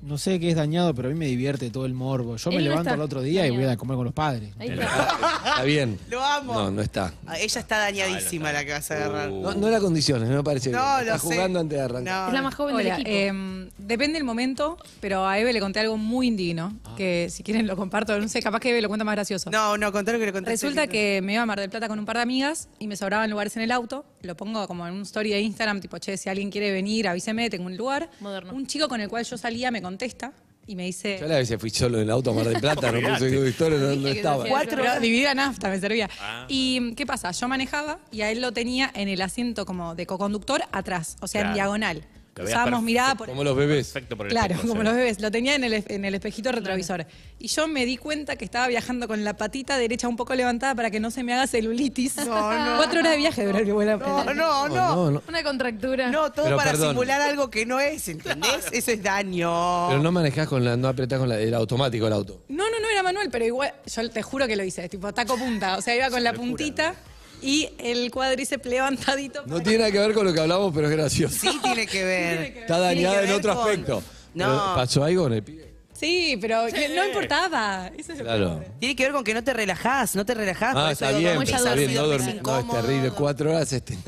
Speaker 14: No sé qué es dañado, pero a mí me divierte todo el morbo. Yo me
Speaker 11: Él no
Speaker 14: levanto
Speaker 11: está
Speaker 14: al otro día y voy a comer con los padres.
Speaker 11: Ahí
Speaker 7: Está bien.
Speaker 11: Lo amo.
Speaker 7: No, no está.
Speaker 11: Ah, Ella está dañadísima la que vas a
Speaker 7: Ah,
Speaker 11: agarrar.
Speaker 7: No, no era condiciones, no me parece.
Speaker 11: No,
Speaker 7: bien.
Speaker 11: lo
Speaker 7: Está
Speaker 11: sé.
Speaker 7: jugando antes de arrancar.
Speaker 11: Es la más joven del
Speaker 18: Hola,
Speaker 11: equipo.
Speaker 18: eh, depende del momento, pero a Eve le conté algo muy indigno,
Speaker 7: Ah.
Speaker 18: que si quieren lo comparto, no sé, capaz que Eve lo cuenta más gracioso.
Speaker 11: No, no, contar lo que le contaste.
Speaker 18: Resulta
Speaker 11: lindo.
Speaker 18: que me iba a Mar del Plata con un par de amigas y me sobraban lugares en el auto. Lo pongo como en un story de Instagram, tipo, che, si alguien quiere venir, avíseme, tengo un lugar. Un chico con el cual yo salía me contesta y me dice...
Speaker 7: Yo la veces fui solo en el auto a Mar del Plata, no puse tu historia, no, no estaba.
Speaker 18: Cuatro dividida nafta me servía. Y qué pasa, yo manejaba y a él lo tenía en el asiento como de coconductor atrás, o sea, en
Speaker 6: Claro.
Speaker 18: diagonal.
Speaker 6: Lo veías
Speaker 18: Usábamos
Speaker 6: perfe-
Speaker 18: mirada por
Speaker 7: Como los bebés.
Speaker 6: Perfecto por el
Speaker 18: Claro,
Speaker 6: espejo,
Speaker 18: como
Speaker 6: sí.
Speaker 18: los bebés. Lo tenía en el, en el espejito retrovisor. Y yo me di cuenta que estaba viajando con la patita derecha un poco levantada para que no se me haga celulitis.
Speaker 11: No, no.
Speaker 18: Cuatro horas de viaje duró el que vuela.
Speaker 11: No, no, no.
Speaker 7: Oh, No, no.
Speaker 18: Una contractura.
Speaker 11: No, todo
Speaker 7: Pero
Speaker 11: para
Speaker 7: perdón.
Speaker 11: simular algo que no es, ¿entendés? Eso es daño.
Speaker 7: Pero no manejás con la, no apretás con la, el automático el auto.
Speaker 18: No, no, no era manual, pero igual, yo te juro que lo hice, tipo taco punta. O sea, iba con la puntita y el cuádriceps levantadito.
Speaker 7: No tiene nada que ver con lo que hablamos, pero es gracioso.
Speaker 11: Sí, tiene que ver.
Speaker 7: Está dañada en otro aspecto. Pero, ¿Pasó algo con el pibe?
Speaker 18: Sí, pero que no importaba. Eso es lo
Speaker 7: Claro.
Speaker 11: Tiene que ver con que no te relajás, no te relajás. por
Speaker 7: Ah,
Speaker 11: eso
Speaker 7: está
Speaker 11: digo,
Speaker 7: bien,
Speaker 11: dormís
Speaker 7: está bien, no
Speaker 11: dormido,
Speaker 7: dormí. No, es
Speaker 11: incómodo.
Speaker 7: terrible, cuatro horas este.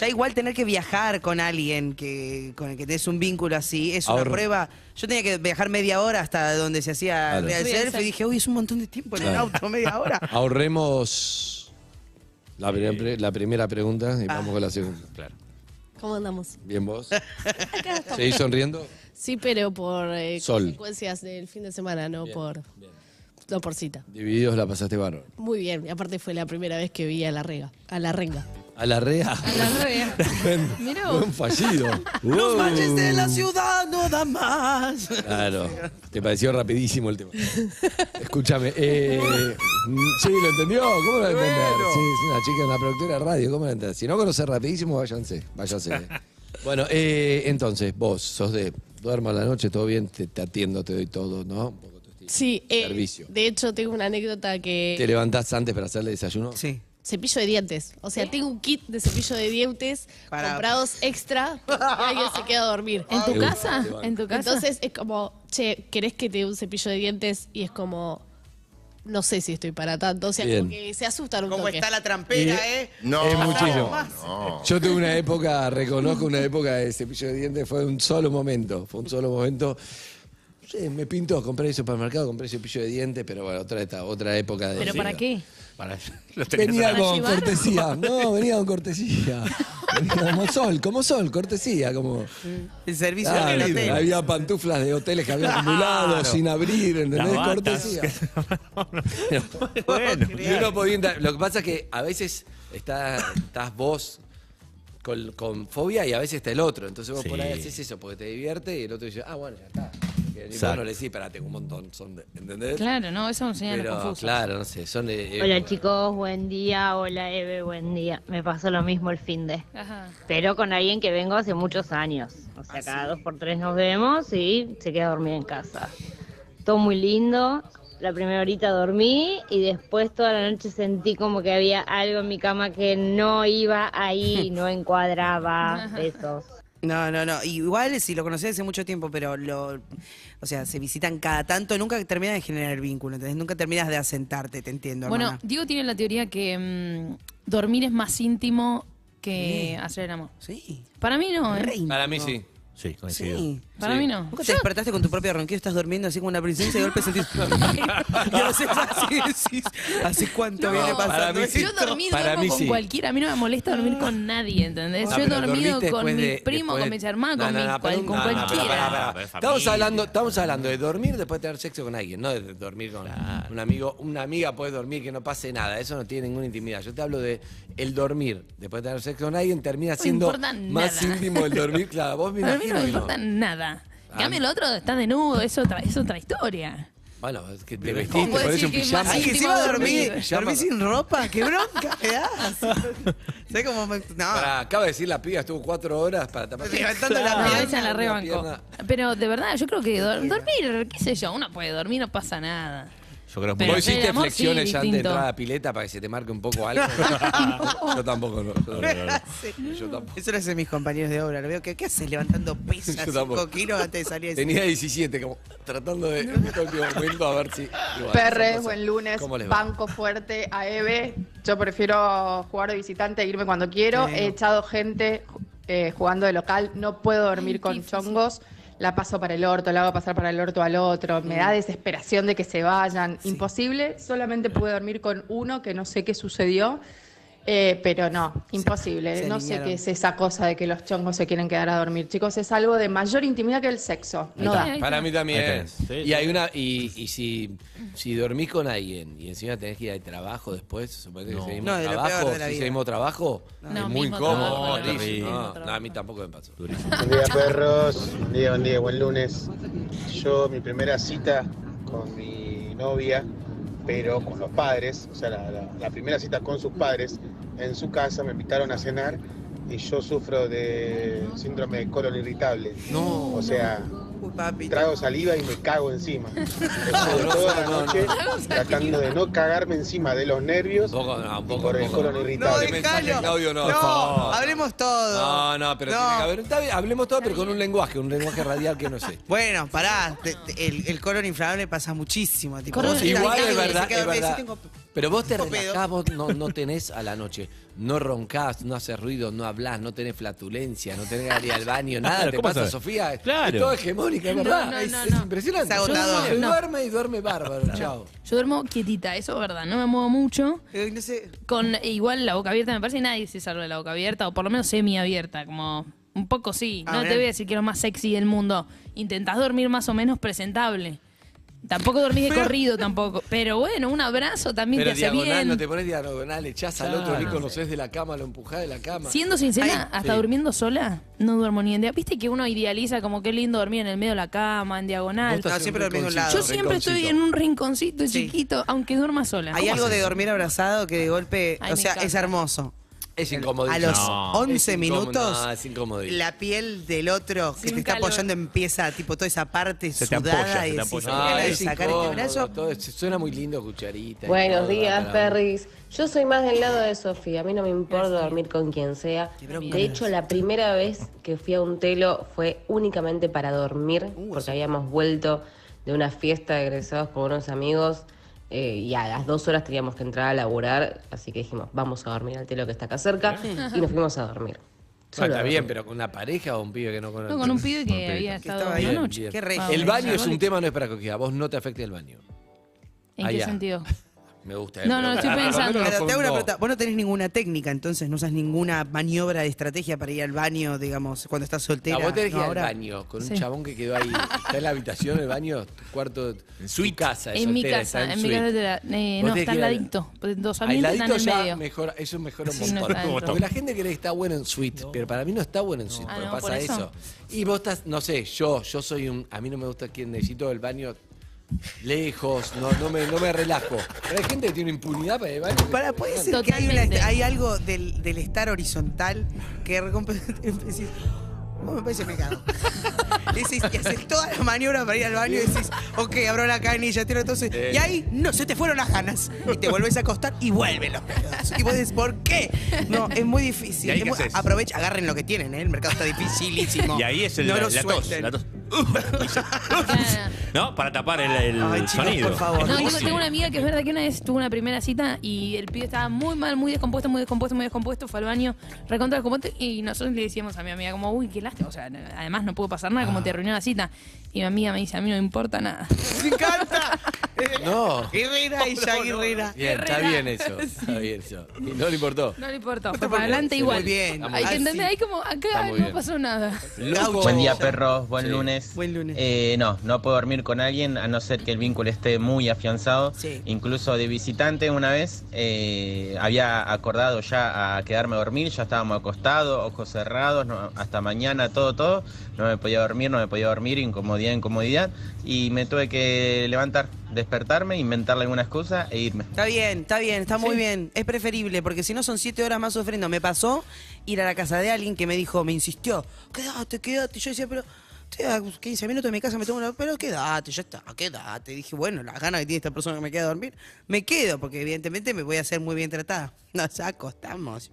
Speaker 11: Ya igual tener que viajar con alguien que con el que tenés un vínculo así es una
Speaker 7: Ahorro.
Speaker 11: prueba. Yo tenía que viajar media hora hasta donde se hacía
Speaker 7: Claro.
Speaker 11: Real
Speaker 7: Real
Speaker 11: Self y dije, uy, es un montón de tiempo en el
Speaker 7: Claro.
Speaker 11: auto, media hora.
Speaker 7: Ahorremos la, primer- la primera pregunta y vamos con la segunda. Claro.
Speaker 19: ¿Cómo andamos?
Speaker 7: Bien vos.
Speaker 19: Acá estamos.
Speaker 7: ¿Seguís sonriendo?
Speaker 19: Sí, pero por eh,
Speaker 7: Sol.
Speaker 19: consecuencias del fin de semana, no
Speaker 7: Bien,
Speaker 19: por. No por cita.
Speaker 7: Divididos la pasaste bárbaro.
Speaker 19: Muy bien. Y aparte fue la primera vez que vi a la rega. A la renga.
Speaker 7: A la rea. Buen-
Speaker 19: Mirá vos.
Speaker 7: Buen fallido.
Speaker 11: Los
Speaker 7: Wow.
Speaker 11: baches de la ciudad no dan más.
Speaker 7: Claro. Te pareció rapidísimo el tema. Escúchame. eh, mm, sí, lo entendió. ¿Cómo lo va a entender? Sí, es una chica, una productora de radio. ¿Cómo lo entender? Si no conoces rapidísimo, váyanse. Váyanse. eh. Bueno, eh, entonces, vos sos de duermo a la noche, todo bien, te, te atiendo, te doy todo, ¿no? Un poco
Speaker 19: Sí, eh,
Speaker 7: Servicio.
Speaker 19: de hecho tengo una anécdota que...
Speaker 7: ¿Te levantás antes para hacerle desayuno? Sí.
Speaker 19: Cepillo de dientes. O sea, tengo un kit de cepillo de dientes
Speaker 7: Para-
Speaker 19: comprados extra porque alguien se queda a dormir.
Speaker 10: ¿En tu
Speaker 7: Te gusta,
Speaker 10: casa?
Speaker 7: te banco.
Speaker 10: ¿En tu casa?
Speaker 19: Entonces es como, che, ¿querés que te dé un cepillo de dientes? Y es como, no sé si estoy para tanto. O sea,
Speaker 7: Bien.
Speaker 19: como que se asustan un
Speaker 11: Como
Speaker 19: toque.
Speaker 11: está la trampera,
Speaker 7: Y-
Speaker 11: ¿eh?
Speaker 3: No,
Speaker 7: es muchísimo.
Speaker 3: no.
Speaker 7: Yo tuve una época, reconozco una época de cepillo de dientes, fue un solo momento, fue un solo momento. Sí, me pintó, compré el supermercado, compré cepillo de dientes, pero bueno, otra, esta- otra época de...
Speaker 10: ¿Pero para qué?
Speaker 6: Para, lo tenés
Speaker 7: Venía
Speaker 6: para-
Speaker 7: con
Speaker 10: llevar?
Speaker 7: cortesía, no, venía con cortesía. Venía como sol, como sol, cortesía, como...
Speaker 11: El servicio
Speaker 7: Ah,
Speaker 11: del
Speaker 7: libre.
Speaker 11: hotel.
Speaker 7: había pantuflas de hoteles que habían acumulado sin abrir, ¿entendés?
Speaker 6: Las batas.
Speaker 7: Cortesía. Y uno podía entrar- Lo que pasa es que a veces está, estás vos con, con fobia y a veces está el otro. Entonces vos por ahí
Speaker 6: Sí.
Speaker 7: haces eso porque te divierte y el otro dice, ah, bueno, ya está. Que ni
Speaker 6: Exacto.
Speaker 7: vos no le decís, pará, tengo un montón. Son de- ¿Entendés?
Speaker 10: Claro, no, eso no señala
Speaker 7: Pero
Speaker 10: confuso.
Speaker 7: claro, no sé, son de. eh,
Speaker 17: Hola chicos, buen día. Hola Eve, buen día. Me pasó lo mismo el fin de. Pero con alguien que vengo hace muchos años. O sea, cada dos por tres nos vemos y se queda dormida en casa. Todo muy lindo. La primera horita dormí y después toda la noche sentí como que había algo en mi cama que no iba ahí, no encuadraba. Besos.
Speaker 11: No, no, no. Igual si lo conocí hace mucho tiempo, pero lo. O sea, se visitan cada tanto, nunca terminas de generar el vínculo, ¿entendés? Nunca terminas de asentarte, te entiendo.
Speaker 10: Bueno,
Speaker 11: hermana.
Speaker 10: Diego tiene la teoría que mm, dormir es más íntimo que hacer el amor.
Speaker 11: Sí.
Speaker 10: Para mí no, ¿eh?
Speaker 7: Para mí sí.
Speaker 6: Sí,
Speaker 11: coincido.
Speaker 10: Para mí no.
Speaker 11: Nunca te despertaste con tu propio ronquido, estás durmiendo así como una princesa y de golpe sentís. y haces así, decís, ¿hace cuánto
Speaker 10: No,
Speaker 11: viene pasando?
Speaker 7: para mí sí.
Speaker 10: Yo dormí
Speaker 7: Para
Speaker 10: duermo
Speaker 7: mí
Speaker 10: con
Speaker 7: sí.
Speaker 10: cualquiera, a mí no me molesta dormir con nadie, ¿entendés?
Speaker 7: No,
Speaker 10: Yo he
Speaker 7: Ah. pero
Speaker 10: dormido
Speaker 7: dormiste
Speaker 10: con
Speaker 7: después
Speaker 10: mi
Speaker 7: de-
Speaker 10: primo,
Speaker 7: después-
Speaker 10: con mis hermanos,
Speaker 7: No,
Speaker 10: con,
Speaker 7: no,
Speaker 10: mi-
Speaker 7: no,
Speaker 10: cual-
Speaker 7: pero-
Speaker 10: con
Speaker 7: no, no, pero
Speaker 10: cualquiera.
Speaker 7: pará, pará, pará.
Speaker 6: Es
Speaker 7: Estamos
Speaker 6: familia.
Speaker 7: hablando, estamos hablando de dormir después de tener sexo con alguien, no de dormir con un amigo. Una amiga puede dormir que no pase nada, eso no tiene ninguna intimidad. Yo te hablo de el dormir después de tener sexo con alguien termina siendo
Speaker 10: importa
Speaker 7: más
Speaker 10: nada.
Speaker 7: íntimo el dormir. Claro, vos me
Speaker 10: Para mí no
Speaker 7: imagino
Speaker 10: me
Speaker 7: que no.
Speaker 10: importa nada. En
Speaker 7: Ah.
Speaker 10: cambio, el otro está desnudo, es otra, es otra historia.
Speaker 7: Bueno, es que te vestiste,
Speaker 10: puedo
Speaker 7: ponés
Speaker 10: decir
Speaker 7: un
Speaker 10: que es
Speaker 7: pijama.
Speaker 10: más
Speaker 11: Ay, que
Speaker 10: íntimo
Speaker 11: encima dormí,
Speaker 10: dormir.
Speaker 11: dormí sin ropa, qué bronca, me das. ¿Sabés cómo me.? No.
Speaker 7: Pará, acaba de decir la piba, estuvo cuatro horas para tapar.
Speaker 11: Levantando la
Speaker 10: No,
Speaker 11: pierna,
Speaker 10: esa la rebanco.
Speaker 7: pierna.
Speaker 10: Pero de verdad, yo creo que dor- dormir, qué sé yo, uno puede dormir, no pasa nada.
Speaker 12: Yo creo que es
Speaker 7: ¿Vos
Speaker 12: muy
Speaker 7: hiciste
Speaker 12: difícil.
Speaker 7: flexiones antes de entrar a la pileta para que se te marque un poco algo? yo tampoco, no. Yo, yo tampoco.
Speaker 11: Eso lo hacen mis compañeros de obra. Lo veo que, ¿qué haces levantando pesas
Speaker 7: Yo tampoco.
Speaker 11: 5 kilos antes de salir? de-
Speaker 7: Tenía 17, como tratando de en este último momento a ver si. digo,
Speaker 20: Perres,
Speaker 7: esas cosas.
Speaker 20: buen lunes,
Speaker 7: ¿Cómo les va?
Speaker 20: banco fuerte a Eve. Yo prefiero jugar de visitante e irme cuando quiero.
Speaker 11: Bueno.
Speaker 20: He echado gente eh, jugando de local, no puedo dormir con chongos. La paso para el orto, la hago pasar para el orto al otro. Me da desesperación de que se vayan. Imposible, solamente pude dormir con uno que no sé qué sucedió. eh, pero no, imposible.
Speaker 11: se
Speaker 20: no sé
Speaker 11: alinearon.
Speaker 20: qué es esa cosa de que los chongos se quieren quedar a dormir. Chicos, es algo de mayor intimidad que el sexo. No da.
Speaker 7: Para mí
Speaker 12: Ahí
Speaker 7: también.
Speaker 12: tenés. Sí,
Speaker 7: Y hay una y, y si, si dormís con alguien y encima tenés que ir al trabajo después, suponete que
Speaker 12: No.
Speaker 7: seguimos
Speaker 12: No, de lo
Speaker 7: trabajo,
Speaker 12: peor de la
Speaker 7: si
Speaker 12: vida.
Speaker 7: seguimos trabajo,
Speaker 12: No,
Speaker 7: es muy
Speaker 12: mismo trabajo,
Speaker 7: incómodo.
Speaker 12: no,
Speaker 7: durísimo.
Speaker 12: terrible.
Speaker 7: no, no, a mí tampoco me pasó.
Speaker 21: Buen día, perros. Buen día, buen día, buen lunes. Yo, mi primera cita con mi novia, pero con los padres, o sea, la, la- la primera cita con sus padres, en su casa me invitaron a cenar y yo sufro de síndrome de colon irritable. No. O sea, trago saliva y me cago encima. Me
Speaker 7: No, no,
Speaker 21: subo toda la
Speaker 7: no, no.
Speaker 21: noche tratando de no cagarme encima de los nervios
Speaker 7: Poco, no, un poco,
Speaker 21: por el
Speaker 7: poco.
Speaker 21: colon irritable.
Speaker 7: Este mensaje, Claudio, no. por favor.
Speaker 11: hablemos todo.
Speaker 7: No, no, pero
Speaker 11: No.
Speaker 7: tiene que haber- está bien, hablemos todo, pero con un lenguaje, un lenguaje radial que no sé.
Speaker 11: Bueno, pará, te- te- el, el colon inflamable pasa muchísimo. Tipo,
Speaker 7: Colon
Speaker 11: vos estás
Speaker 7: inflamable. Igual
Speaker 11: gritando
Speaker 7: es
Speaker 11: y
Speaker 7: verdad,
Speaker 11: se queda-
Speaker 7: es
Speaker 11: me dice,
Speaker 7: verdad.
Speaker 11: "Tengo
Speaker 7: Pero vos te
Speaker 11: Tengo pedo.
Speaker 7: relajás, vos no, no tenés a la noche, no roncás, no haces ruido, no hablás, no tenés flatulencia, no tenés que ir al baño, nada,
Speaker 12: Claro,
Speaker 7: te
Speaker 12: ¿cómo
Speaker 7: pasa,
Speaker 12: sabes?
Speaker 7: Sofía.
Speaker 12: Claro.
Speaker 7: Es todo hegemónica, es
Speaker 12: No,
Speaker 7: verdad.
Speaker 12: no,
Speaker 7: es,
Speaker 12: no,
Speaker 7: es
Speaker 12: no.
Speaker 7: impresionante.
Speaker 12: Es agotador.
Speaker 7: Yo duermo,
Speaker 12: No.
Speaker 7: Duerme y duerme bárbaro, chao.
Speaker 10: Yo duermo quietita, eso es verdad, no me muevo mucho. Con e igual la boca abierta, me parece que nadie se salva de la boca abierta, o por lo menos semiabierta, como un poco sí.
Speaker 19: Ah,
Speaker 10: no
Speaker 19: mirá.
Speaker 10: te voy a decir que es lo más sexy del mundo. Intentás dormir más o menos presentable. Tampoco dormís de corrido tampoco. Pero bueno, un abrazo también
Speaker 7: Pero
Speaker 10: te hace
Speaker 7: diagonal,
Speaker 10: bien.
Speaker 7: no te pones diagonal, echás al otro,
Speaker 10: Claro.
Speaker 7: ni conocés de la cama, lo empujás de la cama.
Speaker 10: Siendo sincera, hasta
Speaker 7: Sí.
Speaker 10: durmiendo sola, no duermo ni en día. Viste que uno idealiza como qué lindo dormir en el medio de la cama, en
Speaker 11: Vos
Speaker 10: diagonal.
Speaker 11: estás No, en siempre un dormís de un rinconcito.
Speaker 10: Yo
Speaker 11: lado.
Speaker 10: siempre estoy
Speaker 11: Rinconcito.
Speaker 10: en un rinconcito chiquito, aunque duerma sola.
Speaker 11: Hay
Speaker 10: ¿Cómo
Speaker 11: algo de
Speaker 10: haces?
Speaker 11: dormir abrazado que de golpe,
Speaker 10: Ay,
Speaker 11: o
Speaker 10: me
Speaker 11: sea,
Speaker 10: encanta.
Speaker 11: es hermoso.
Speaker 7: Es incómodo.
Speaker 11: A los
Speaker 7: No.
Speaker 11: 11
Speaker 7: Es incómodo,
Speaker 11: minutos,
Speaker 7: no, es incómodo.
Speaker 11: la piel del otro que
Speaker 7: Sí,
Speaker 11: te
Speaker 7: un
Speaker 11: está
Speaker 7: calor.
Speaker 11: apoyando empieza, tipo, toda esa parte
Speaker 12: Se te
Speaker 11: sudada
Speaker 12: apoya, se
Speaker 11: y
Speaker 12: te
Speaker 11: decís,
Speaker 12: apoya.
Speaker 11: "Qué gana
Speaker 7: Ah,
Speaker 11: de
Speaker 7: es
Speaker 11: sacar este
Speaker 7: incómodo,
Speaker 11: brazo".
Speaker 7: todo es- suena muy lindo cucharita. y
Speaker 22: Buenos
Speaker 7: todo,
Speaker 22: días,
Speaker 7: para-
Speaker 22: Perris. Yo soy más del lado de Sofía. A mí no me importa dormir con quien sea. De hecho, la primera vez que fui a un telo fue únicamente para dormir, porque habíamos vuelto de una fiesta de egresados con unos amigos eh, y a las dos horas teníamos que entrar a laburar. Así que dijimos, vamos a dormir al telo que está acá cerca y nos fuimos a dormir.
Speaker 7: Ah,
Speaker 22: Solo
Speaker 7: está
Speaker 22: a
Speaker 7: bien, pero con una pareja o un pibe que no conoce.
Speaker 10: No, con un pibe que había estado una
Speaker 7: Bien,
Speaker 10: noche.
Speaker 7: bien.
Speaker 10: Qué rey.
Speaker 7: El
Speaker 10: Vamos,
Speaker 7: baño es un
Speaker 10: diabólico.
Speaker 7: tema, no es para coquilla. A vos no te afecta el baño.
Speaker 10: ¿En qué
Speaker 7: Allá.
Speaker 10: sentido?
Speaker 7: Me gusta.
Speaker 10: No, no, estoy pensando.
Speaker 11: Pero te hago una pregunta, vos no tenés ninguna técnica, entonces no usas ninguna maniobra de estrategia para ir al baño, digamos, cuando estás soltera.
Speaker 7: A vos tenés que
Speaker 11: ¿no?
Speaker 7: ir al
Speaker 11: Ahora.
Speaker 7: baño con un
Speaker 11: Sí.
Speaker 7: chabón que quedó ahí. Está en la habitación, el baño, tu cuarto, en su casa. de
Speaker 10: En mi
Speaker 7: soltera,
Speaker 10: casa,
Speaker 7: está
Speaker 10: en mi
Speaker 7: suite.
Speaker 10: casa te da- eh,
Speaker 7: Vos
Speaker 10: no,
Speaker 7: tenés
Speaker 10: está
Speaker 7: que
Speaker 10: al
Speaker 7: ir al-
Speaker 10: ladito. Porque Los
Speaker 7: Al
Speaker 10: ambientes están
Speaker 7: ladito
Speaker 10: en
Speaker 7: ya
Speaker 10: medio.
Speaker 7: mejora- eso mejora un
Speaker 10: Sí, no
Speaker 7: montón.
Speaker 10: está dentro.
Speaker 7: Porque la gente cree que está bueno en suite, pero para mí no está bueno en suite,
Speaker 10: Ah,
Speaker 7: pero
Speaker 10: no,
Speaker 7: pasa
Speaker 10: ¿por
Speaker 7: eso?
Speaker 10: eso?
Speaker 7: Y vos estás, no sé, yo, yo soy un, a mí no me gusta quien necesito el baño lejos, no, no, me, no me relajo. Pero hay gente que tiene impunidad para el baño.
Speaker 11: Para, puede ser que hay, una- hay algo del, del estar horizontal que recomp- decís, "Oh, me parece que me cago. Y decís, y haces todas las maniobras para ir al baño y decís, ok, abro la canilla, tiro entonces. Y ahí, no, se te fueron las ganas. Y te volvés a acostar y vuelven los pedos. Y vos decís, ¿por qué? No, es muy difícil.
Speaker 12: ¿Y ahí
Speaker 11: Es
Speaker 12: qué
Speaker 11: muy-
Speaker 12: haces?
Speaker 11: aprovecha, agarren lo que tienen, ¿eh? el mercado está dificilísimo.
Speaker 12: Y ahí es el,
Speaker 11: No
Speaker 12: la,
Speaker 11: lo
Speaker 12: la tos,
Speaker 11: suelten.
Speaker 12: la tos. ¿No? Para tapar el, el sonido.
Speaker 10: No,
Speaker 12: Es
Speaker 10: tengo,
Speaker 12: difícil.
Speaker 10: tengo una amiga que es verdad que una vez tuvo una primera cita y el pibe estaba muy mal, muy descompuesto, muy descompuesto, pues muy descompuesto, fue al baño, recontra descompuesto y nosotros le decíamos a mi amiga como, uy, qué lástima, o sea, no- además no pudo pasar nada, como te
Speaker 7: Ah.
Speaker 10: arruinó la cita. Y mi amiga me dice, a mí no me importa nada.
Speaker 7: No.
Speaker 11: Guerrera y ya guerrera.
Speaker 7: Bien, está bien eso, está bien eso. Y no le importó.
Speaker 10: No le importó,
Speaker 7: te
Speaker 10: fue para adelante
Speaker 7: preocupes,
Speaker 10: igual.
Speaker 7: muy bien.
Speaker 10: Hay que
Speaker 7: Ah,
Speaker 10: entender,
Speaker 7: sí.
Speaker 10: hay como,
Speaker 7: Está
Speaker 10: acá
Speaker 7: muy
Speaker 10: no
Speaker 7: bien.
Speaker 10: pasó nada.
Speaker 16: Buen día, perros. Buen lunes. Eh,
Speaker 11: Buen lunes.
Speaker 16: no, no puedo dormir con alguien a no ser que el vínculo esté muy afianzado.
Speaker 11: Sí.
Speaker 16: Incluso de visitante una vez eh, había acordado ya a quedarme a dormir, ya estábamos acostados, ojos cerrados, no- hasta mañana, todo, todo. No me podía dormir, no me podía dormir, incomodidad, incomodidad. Y me tuve que levantar, despertarme, inventarle alguna excusa e irme.
Speaker 11: Está bien, está bien, está muy bien. Es preferible, porque si no son siete horas más sufriendo. Me pasó ir a la casa de alguien que me dijo, me insistió, quédate, quédate. Y yo decía, pero estoy a 15 minutos de mi casa, me tomo una... Pero quédate, ya está, quédate. Dije, bueno, las ganas que tiene esta persona que me queda a dormir, me quedo, porque evidentemente me voy a ser muy bien tratada. Nos acostamos.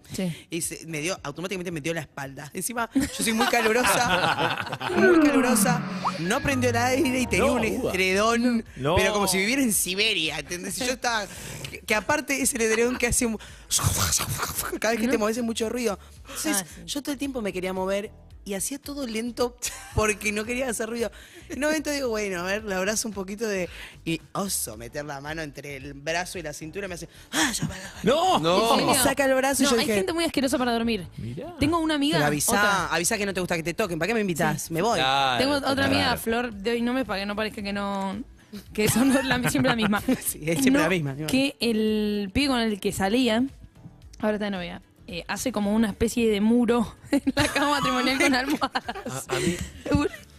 Speaker 11: Y se- me dio, automáticamente me dio la espalda. Encima, yo soy muy calurosa, muy calurosa. No prendió el aire y tenía
Speaker 12: No,
Speaker 11: un
Speaker 12: uva.
Speaker 11: edredón,
Speaker 12: No.
Speaker 11: pero como si viviera en Siberia, ¿entendés? Y Yo estaba... Que, que aparte es el edredón que hace... un- Cada vez que te mueves hace mucho ruido. Entonces,
Speaker 10: Ah,
Speaker 11: yo todo el tiempo me quería mover y hacía todo lento porque no quería hacer ruido. En un momento digo, bueno, a ver, le abrazo un poquito de. Y oso, meter la mano entre el brazo y la cintura me hace. ¡Ah, ya va!
Speaker 12: ¡No!
Speaker 11: Y me saca el brazo y
Speaker 10: No,
Speaker 11: yo
Speaker 10: hay
Speaker 11: dije.
Speaker 10: gente muy asquerosa para dormir. Tengo una amiga.
Speaker 11: Pero
Speaker 10: otra.
Speaker 11: avisa, avisa que no te gusta que te toquen. ¿Para qué me invitas? Me voy.
Speaker 12: Claro,
Speaker 10: Tengo otra amiga,
Speaker 11: claro.
Speaker 10: Flor, de hoy no me pague, no parezca que no. Que son la- siempre la misma.
Speaker 11: Sí, es siempre
Speaker 10: No,
Speaker 11: la misma.
Speaker 10: Que el pibe con el que salía, ahora está de novia, eh, hace como una especie de muro en la cama matrimonial con almohadas.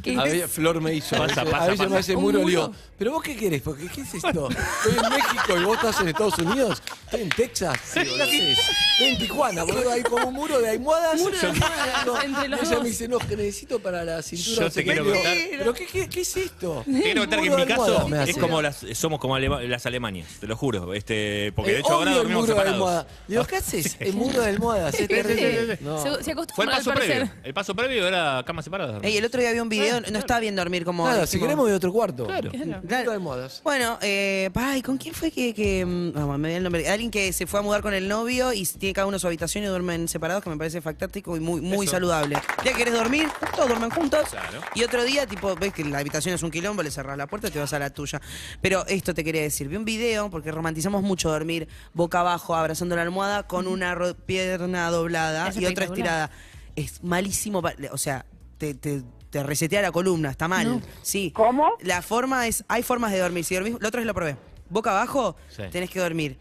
Speaker 10: ¿Qué?
Speaker 7: A ver, Flor me hizo.
Speaker 1: Pasa,
Speaker 7: eso.
Speaker 1: pasa,
Speaker 7: a veces
Speaker 1: pasa.
Speaker 7: me hace
Speaker 1: Un
Speaker 7: muro,
Speaker 1: muro.
Speaker 7: le digo,
Speaker 1: ¿Pero vos qué querés? Porque, ¿Qué es esto? Estoy en México y vos estás en Estados Unidos. Estoy en Texas. ¿Qué haces? Estoy en Tijuana, boludo. Hay como un muro de almohadas.
Speaker 10: Muro de almohadas
Speaker 1: No,
Speaker 10: entre los
Speaker 1: Ella
Speaker 10: dos.
Speaker 1: me dice, no, que necesito para la cintura.
Speaker 12: Yo
Speaker 1: no sé
Speaker 12: te
Speaker 1: qué".
Speaker 12: quiero
Speaker 1: Digo,
Speaker 12: contar-
Speaker 1: ¿Pero qué, qué, qué es esto?
Speaker 12: Quiero contar que en
Speaker 1: Muro
Speaker 12: mi
Speaker 1: de almohadas
Speaker 12: caso
Speaker 1: me
Speaker 12: es
Speaker 1: hace.
Speaker 12: como las, somos como alema- las Alemanias, te lo juro. Este, porque
Speaker 1: Eh,
Speaker 12: de hecho ahora
Speaker 1: odio el
Speaker 12: dormimos
Speaker 1: muro de
Speaker 12: separados.
Speaker 1: almohada. Digo, ¿qué haces? El muro de almohadas.
Speaker 10: Sí,
Speaker 1: es
Speaker 10: sí,
Speaker 1: terrible.
Speaker 10: sí, sí.
Speaker 1: No.
Speaker 10: Se,
Speaker 12: Fue
Speaker 10: se
Speaker 12: el
Speaker 10: acostumbra al
Speaker 12: paso
Speaker 10: parecer.
Speaker 12: previo. El paso previo era camas separadas.
Speaker 11: Ey, el otro día había un video, no estaba bien dormir como.
Speaker 1: Claro,
Speaker 11: dijimos.
Speaker 1: si queremos de otro cuarto.
Speaker 11: Claro.
Speaker 1: Claro.
Speaker 11: Claro. Bueno, eh, ay, ¿con quién fue que, que, mm, vamos, me olvidé el nombre? Alguien que se fue a mudar con el novio y tiene cada uno su habitación y duermen separados, que me parece fantástico y muy, muy
Speaker 12: Eso.
Speaker 11: saludable. Ya que querés dormir, todos duermen juntos.
Speaker 12: Claro.
Speaker 11: Y otro día, tipo, ves que la habitación es un quilombo, le cerrás la puerta y te vas a la tuya. Pero esto te quería decir, vi un video, porque romantizamos mucho dormir boca abajo, abrazando la almohada, con una ro- pierna doblada
Speaker 10: Es
Speaker 11: y otra
Speaker 10: espectacular.
Speaker 11: estirada. Es malísimo, pa- o sea, te... te te resetea la columna, está mal.
Speaker 10: No.
Speaker 11: Sí. ¿Cómo? La forma es, hay formas de dormir. Si dormís, la otra vez lo probé. Boca abajo,
Speaker 12: Sí.
Speaker 11: tenés que dormir.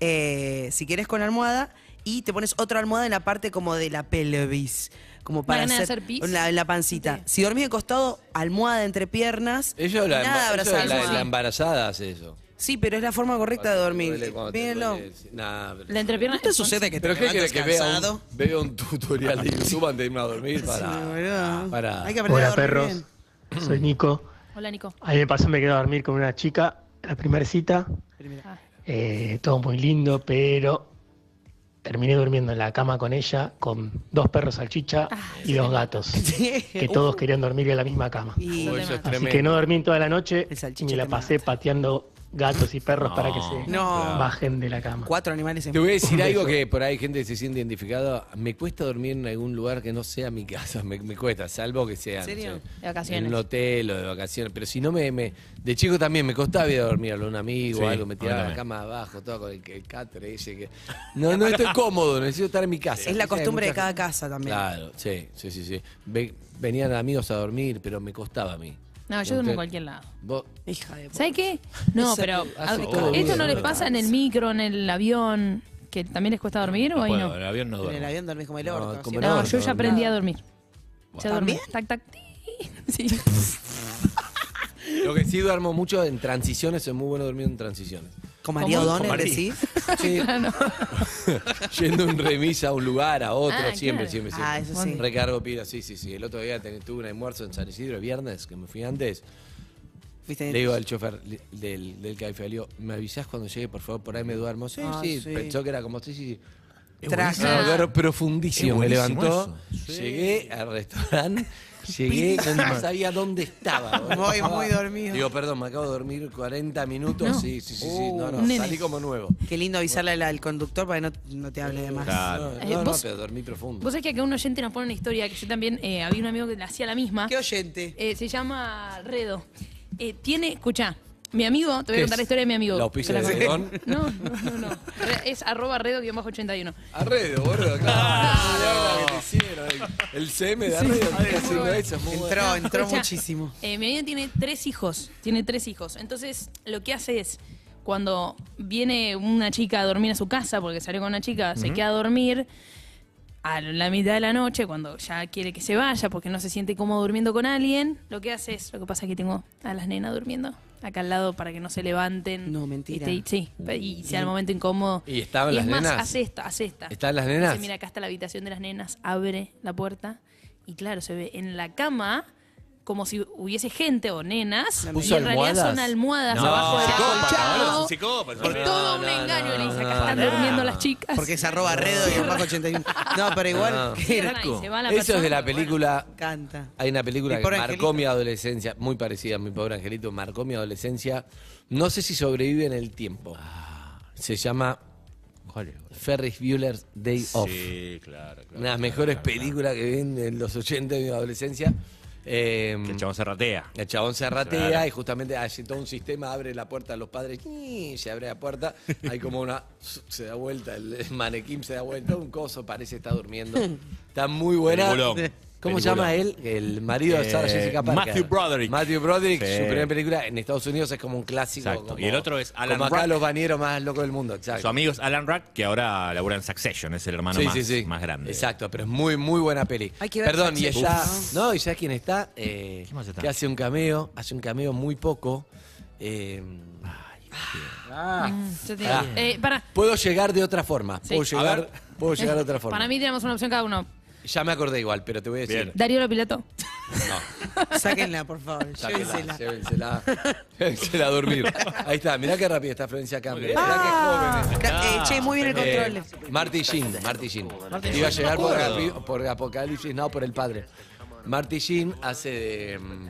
Speaker 11: eh, si querés con almohada y te pones otra almohada en la parte como de la pelvis. Como para
Speaker 10: ¿Van a
Speaker 11: hacer,
Speaker 10: hacer pis?
Speaker 11: la, la pancita. Si dormís de costado, almohada entre piernas.
Speaker 7: Ellos la,
Speaker 11: nada
Speaker 7: emba-
Speaker 11: abrazar
Speaker 7: ellos la-
Speaker 11: almohada.
Speaker 7: la embarazada hace eso.
Speaker 11: Sí, pero es la forma correcta de
Speaker 7: Duele
Speaker 11: dormir.
Speaker 7: cuando te
Speaker 11: Mírenlo.
Speaker 7: duele, sí. Nah, pero-
Speaker 10: La entrepierna.
Speaker 11: ¿No te sucede que te
Speaker 7: ¿Pero qué querés
Speaker 11: levantas
Speaker 7: que vea
Speaker 11: cansado?
Speaker 7: un, vea un tutorial de YouTube antes de irme a dormir? Para, para.
Speaker 11: Hay que aprender
Speaker 2: Hola
Speaker 11: a dormir
Speaker 2: perros,
Speaker 11: bien.
Speaker 2: soy Nico.
Speaker 10: Hola, Nico.
Speaker 2: A mí me pasó, me quedé a dormir con una chica, la primera cita. Eh, todo muy lindo, pero terminé durmiendo en la cama con ella, con dos perros salchicha y dos gatos, que todos querían dormir en la misma cama.
Speaker 11: Y-
Speaker 7: Uy, eso es
Speaker 2: Así
Speaker 7: tremendo.
Speaker 2: que no dormí en toda la noche y me la pasé pateando gatos y perros para que se
Speaker 11: No.
Speaker 2: bajen de la cama.
Speaker 11: Cuatro animales en
Speaker 7: Te voy a
Speaker 2: Un
Speaker 7: decir
Speaker 2: beso.
Speaker 7: algo que por ahí gente que se siente identificada. Me cuesta dormir en algún lugar que no sea mi casa. Me, me cuesta, salvo que sea. no
Speaker 10: serio?
Speaker 7: sé,
Speaker 10: De
Speaker 7: En
Speaker 10: vacaciones.
Speaker 7: un hotel o de vacaciones. Pero si no me. me- de chico también me costaba ir a dormir a un amigo
Speaker 12: Sí,
Speaker 7: o algo. Me
Speaker 12: a mí
Speaker 7: tiraba a la
Speaker 12: también.
Speaker 7: cama abajo, todo con el, el cátere ese que. No, no estoy cómodo, necesito estar en mi casa.
Speaker 11: Es la costumbre de
Speaker 7: Mucha-
Speaker 11: cada casa también.
Speaker 7: Claro, sí, sí, sí. sí. Ve- venían amigos a dormir, pero me costaba a mí.
Speaker 10: No, yo duermo en cualquier lado.
Speaker 7: Vos-
Speaker 11: Hija de
Speaker 10: ¿Sabes qué? No,
Speaker 11: Esa-
Speaker 10: pero a-
Speaker 7: hace todo
Speaker 10: esto
Speaker 7: bien,
Speaker 10: no les
Speaker 7: ¿no?
Speaker 10: pasa en el micro, en el avión, que también les cuesta dormir o ahí
Speaker 12: Bueno,
Speaker 10: no.
Speaker 12: el avión no
Speaker 11: En el
Speaker 12: duerme.
Speaker 11: avión dormís como el
Speaker 7: No,
Speaker 11: orto.
Speaker 7: como
Speaker 11: ¿sí?
Speaker 7: el
Speaker 10: No,
Speaker 7: orto.
Speaker 10: yo ya aprendí a dormir. Ya dormí.
Speaker 11: ¿También?
Speaker 10: Tac, tac, ti. Sí.
Speaker 7: Lo que sí duermo mucho en transiciones, es muy bueno dormir en transiciones.
Speaker 11: Con María
Speaker 7: ¿Cómo?
Speaker 11: O'Donnell
Speaker 7: Con María.
Speaker 11: decís.
Speaker 7: Sí. Yendo en remis a un lugar, a otro,
Speaker 11: Ah,
Speaker 7: siempre,
Speaker 11: claro.
Speaker 7: siempre, siempre.
Speaker 11: Ah, eso sí.
Speaker 7: Recargo pila, sí, sí, sí. El otro día ten- tuve un almuerzo en San Isidro, el viernes, que me fui antes.
Speaker 11: Fuiste-
Speaker 7: Le digo al chofer li- del, del café, le digo, ¿me avisás cuando llegue, por favor? Por ahí me duermo. Sí,
Speaker 11: Ah,
Speaker 7: sí.
Speaker 11: sí.
Speaker 7: Pensó que era como, sí, sí, sí. Es
Speaker 11: Traca.
Speaker 10: Ah.
Speaker 7: buenísimo, un lugar profundísimo.
Speaker 12: Es
Speaker 7: Me
Speaker 12: buenísimo
Speaker 7: levantó,
Speaker 12: eso. Sí.
Speaker 7: llegué al restaurante, llegué, no sabía dónde estaba. boludo.
Speaker 11: Muy, muy dormido.
Speaker 7: Digo, perdón, me acabo de dormir 40 minutos.
Speaker 11: No.
Speaker 7: Sí, sí, sí, sí.
Speaker 10: Uh,
Speaker 7: No, no,
Speaker 11: Un nene.
Speaker 7: salí como nuevo.
Speaker 11: Qué lindo avisarle al, al conductor para que no, no te hable de más.
Speaker 7: Claro. No,
Speaker 10: Eh,
Speaker 7: no,
Speaker 10: vos-
Speaker 7: pero dormí profundo.
Speaker 10: Vos sabés que acá un oyente nos pone una historia que yo también eh, había un amigo que le hacía la misma.
Speaker 11: ¿Qué oyente?
Speaker 10: se llama Redo. Eh, tiene, escuchá, mi amigo, te voy
Speaker 7: ¿Qué
Speaker 10: a contar
Speaker 7: es?
Speaker 10: la historia de mi amigo.
Speaker 7: ¿La auspicia
Speaker 10: Te
Speaker 7: de
Speaker 10: conté.
Speaker 7: Redón?
Speaker 10: No, no, no, no. Re- Es arroba redo-81.
Speaker 7: Arredo, boludo, claro. que te hicieron, eh. el- El CM de Arredo que está haciendo eso. muy bueno.
Speaker 11: Entró, entró
Speaker 10: Escucha.
Speaker 11: muchísimo.
Speaker 10: Eh, mi amigo tiene tres hijos, tiene tres hijos. Entonces, lo que hace es, cuando viene una chica a dormir a su casa, porque salió con una chica, se
Speaker 23: Ujú.
Speaker 10: queda a dormir a la mitad de la noche, cuando ya quiere que se vaya, porque no se siente cómodo durmiendo con alguien, lo que hace es, lo que pasa es que tengo a las nenas durmiendo acá al lado para que no se levanten. No,
Speaker 11: mentira.
Speaker 10: eh,
Speaker 11: Eh,
Speaker 10: sí, y sea el momento incómodo.
Speaker 7: ¿Y estaban
Speaker 10: Y
Speaker 7: las
Speaker 10: es más,
Speaker 7: nenas?
Speaker 10: hace esta, hace esta.
Speaker 7: ¿Están las
Speaker 10: Dice,
Speaker 7: nenas?
Speaker 10: mira, acá está la habitación de las nenas, abre la puerta y claro, se ve en la cama como si hubiese gente o nenas, y
Speaker 7: ¿Puso
Speaker 10: en realidad son
Speaker 7: almohadas?
Speaker 10: almohadas
Speaker 7: No,
Speaker 10: abajo de la
Speaker 7: psicópata,
Speaker 10: colcha.
Speaker 7: boludo, es un
Speaker 10: Es todo un engaño, le dice, acá están durmiendo las chicas.
Speaker 11: Porque se arroba Redo y el Paco 81. No, pero igual.
Speaker 7: No.
Speaker 11: qué
Speaker 10: Cierran
Speaker 11: loco.
Speaker 10: y se va la
Speaker 7: Eso es de la película.
Speaker 11: Canta.
Speaker 7: Hay una película
Speaker 11: Mi
Speaker 7: que
Speaker 11: pobre
Speaker 7: marcó
Speaker 11: angelito.
Speaker 7: mi adolescencia, muy parecida a mi pobre angelito, marcó mi adolescencia. No sé si sobrevive en el tiempo.
Speaker 12: Ah.
Speaker 7: Se llama Ferris Bueller's Day Off.
Speaker 12: Sí, claro, claro.
Speaker 7: Una de las mejores películas que vi en- en los 80 de mi adolescencia. Eh,
Speaker 12: Que el chabón se ratea.
Speaker 7: el chabón se ratea
Speaker 12: Claro.
Speaker 7: y justamente hace todo un sistema, abre la puerta a los padres, ¡ñi! se abre la puerta, hay como una, se da vuelta, el manequín se da vuelta, un coso, parece está durmiendo. Está muy buena.
Speaker 12: Peliculón.
Speaker 7: ¿Cómo
Speaker 12: Peliculón.
Speaker 7: se llama él? El marido de Sarah
Speaker 12: Eh,
Speaker 7: Jessica Parker.
Speaker 12: Matthew Broderick.
Speaker 7: Matthew Broderick,
Speaker 12: Sí.
Speaker 7: su primera película en Estados Unidos es como un clásico.
Speaker 12: Exacto.
Speaker 7: como-
Speaker 12: Y el otro es Alan
Speaker 7: Como acá
Speaker 12: Ruck.
Speaker 7: los bañeros más locos del mundo, exacto.
Speaker 12: Su amigo es Alan Rack, que ahora labura en Succession, es el hermano
Speaker 7: Sí,
Speaker 12: más,
Speaker 7: sí, sí.
Speaker 12: más grande.
Speaker 7: Exacto, pero es muy, muy buena peli.
Speaker 12: Hay que ver
Speaker 7: Perdón, y
Speaker 12: Succession.
Speaker 7: ella.
Speaker 12: Uf.
Speaker 7: No, y ya quien está, eh,
Speaker 12: ¿Quién más está?
Speaker 7: que hace un cameo, hace un cameo muy poco. eh,
Speaker 10: Ah, yo te digo.
Speaker 7: Ah.
Speaker 10: Eh, para,
Speaker 7: puedo llegar de otra forma.
Speaker 10: Sí.
Speaker 7: Puedo
Speaker 10: A
Speaker 7: llegar,
Speaker 10: ver.
Speaker 7: puedo llegar de otra forma.
Speaker 10: para mí tenemos una opción cada uno.
Speaker 7: Ya me acordé igual, pero te voy a decir.
Speaker 10: Darío Lopilato.
Speaker 11: Sáquenla, por favor.
Speaker 7: Sáquenla,
Speaker 11: Llévensela.
Speaker 7: llévensela. Llévensela a dormir. Ahí está, mirá qué rápido está Florencia Campbell.
Speaker 11: Ah, ca- eh, che, muy bien el control.
Speaker 7: Eh, Marty Sheen, Marty Sheen. Iba a llegar por, Api- por Apocalipsis, no, por el padre. Marty Sheen hace de, mm,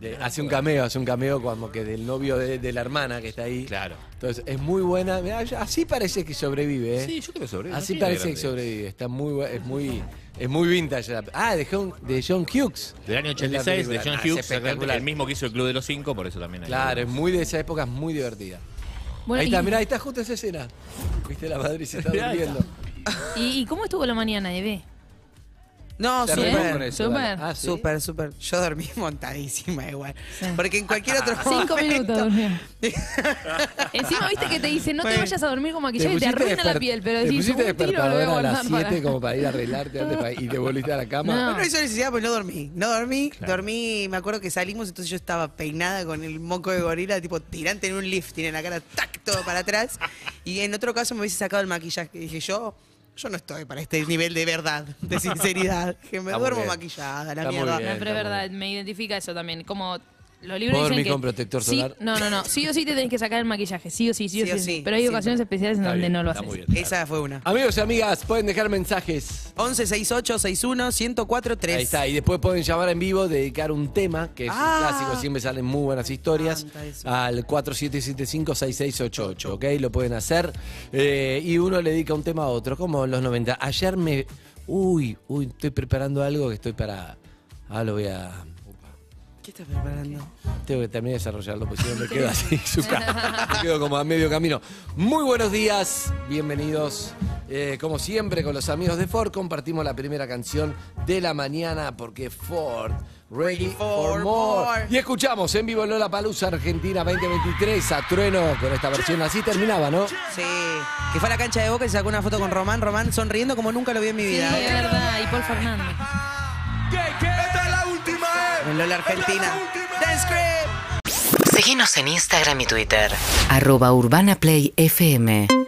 Speaker 7: de- hace un cameo, hace un cameo como que del novio de, de la hermana que está ahí. Claro. Entonces es muy buena. Mirá, ya- así parece que sobrevive, ¿eh?
Speaker 12: Sí, yo creo que sobrevive.
Speaker 7: Así
Speaker 12: No tiene
Speaker 7: parece que
Speaker 12: grandes.
Speaker 7: sobrevive. Está muy bu- es muy es muy vintage. la- Ah, de John, de John Hughes.
Speaker 12: Del año
Speaker 7: Es la
Speaker 12: 86, de
Speaker 7: película.
Speaker 12: John
Speaker 7: Ah, es
Speaker 12: Hughes, exactamente,
Speaker 7: espectacular.
Speaker 12: el mismo que hizo el Club de los Cinco, por eso también hay
Speaker 7: Claro, es muy de esa época, es muy divertida.
Speaker 10: Bueno,
Speaker 7: ahí está,
Speaker 10: y-
Speaker 7: mirá, ahí está justo esa escena. Viste, la madre se está
Speaker 10: Mirá, ahí
Speaker 7: durmiendo.
Speaker 10: ¿Y, y cómo estuvo la mañana, Eve?
Speaker 11: No,
Speaker 10: Se arregló con
Speaker 11: súper.
Speaker 10: eso, dale.
Speaker 11: Súper.
Speaker 10: Ah, ¿sí?
Speaker 11: Súper, súper. Yo dormí montadísima igual. Porque en cualquier otro momento.
Speaker 10: Cinco minutos dormimos. Encima viste que te dicen, no te
Speaker 11: Bueno.
Speaker 10: vayas a dormir con
Speaker 7: Te
Speaker 10: maquillaje y te
Speaker 7: pusiste
Speaker 10: arruina la
Speaker 7: desper-
Speaker 10: piel, pero
Speaker 7: te
Speaker 10: decís,
Speaker 7: pusiste
Speaker 10: un tiro lo voy a
Speaker 7: despertador a las
Speaker 10: guardar para-
Speaker 7: 7 como para ir a arreglarte antes pa- y te volviste a la cama.
Speaker 11: No. no hizo necesidad, pues no dormí. No dormí, dormí, me acuerdo que salimos, entonces yo estaba peinada con el moco de gorila, tipo tirante en un lift, tiene la cara tac, todo para atrás. Y en otro caso me hubiese sacado el maquillaje. Y dije, yo, yo no estoy para este nivel de verdad, de sinceridad. Que me
Speaker 7: Está muy
Speaker 11: duermo
Speaker 7: bien.
Speaker 11: maquillada, la
Speaker 7: Está muy
Speaker 11: mierda.
Speaker 7: bien.
Speaker 10: No, pero es
Speaker 7: está
Speaker 10: verdad, me identifica eso también. Como los libros
Speaker 7: ¿Puedo
Speaker 10: dicen
Speaker 7: dormir
Speaker 10: que
Speaker 7: con protector
Speaker 10: sí-
Speaker 7: solar?
Speaker 10: no, no, no. Sí o sí te tenés que sacar el maquillaje. Sí o sí, sí,
Speaker 11: Sí
Speaker 10: o
Speaker 11: o
Speaker 10: sí.
Speaker 11: sí,
Speaker 10: Pero hay
Speaker 11: siempre.
Speaker 10: ocasiones especiales en
Speaker 7: Está
Speaker 10: donde
Speaker 7: bien,
Speaker 10: no lo
Speaker 7: está
Speaker 10: haces.
Speaker 7: muy bien.
Speaker 11: Esa fue una.
Speaker 7: Amigos y amigas, pueden dejar mensajes.
Speaker 11: 1168-61-1043.
Speaker 7: Ahí está, y después pueden llamar en vivo, dedicar un tema, que es
Speaker 11: Ah.
Speaker 7: un clásico, siempre salen muy buenas historias, al 4775-6688, ¿ok? Lo pueden hacer. eh, y uno le dedica un tema a otro, como en los 90. Ayer me... Uy, uy, estoy preparando algo que estoy para... Ah, lo voy a...
Speaker 11: ¿Qué estás preparando?
Speaker 7: Tengo que terminar de desarrollarlo, porque si no me quedo así, suca. Me quedo como a medio camino. Muy buenos días, bienvenidos. Eh, como siempre, con los amigos de Ford compartimos la primera canción de la mañana, porque Ford, Ready for
Speaker 11: for
Speaker 7: More.
Speaker 11: more.
Speaker 7: Y escuchamos en vivo Lola Palusa Argentina 2023 a Trueno con esta versión. Así terminaba, ¿no?
Speaker 11: Sí. Que fue a la cancha de Boca y se sacó una foto con Román, Román sonriendo como nunca lo vi en mi
Speaker 10: Sí,
Speaker 11: vida.
Speaker 10: es verdad. Y Paul Fernández.
Speaker 3: Esta es la última, eh.
Speaker 11: En Lola Argentina.
Speaker 3: Seguinos en Instagram y Twitter.
Speaker 4: Arroba Urbana Play FM.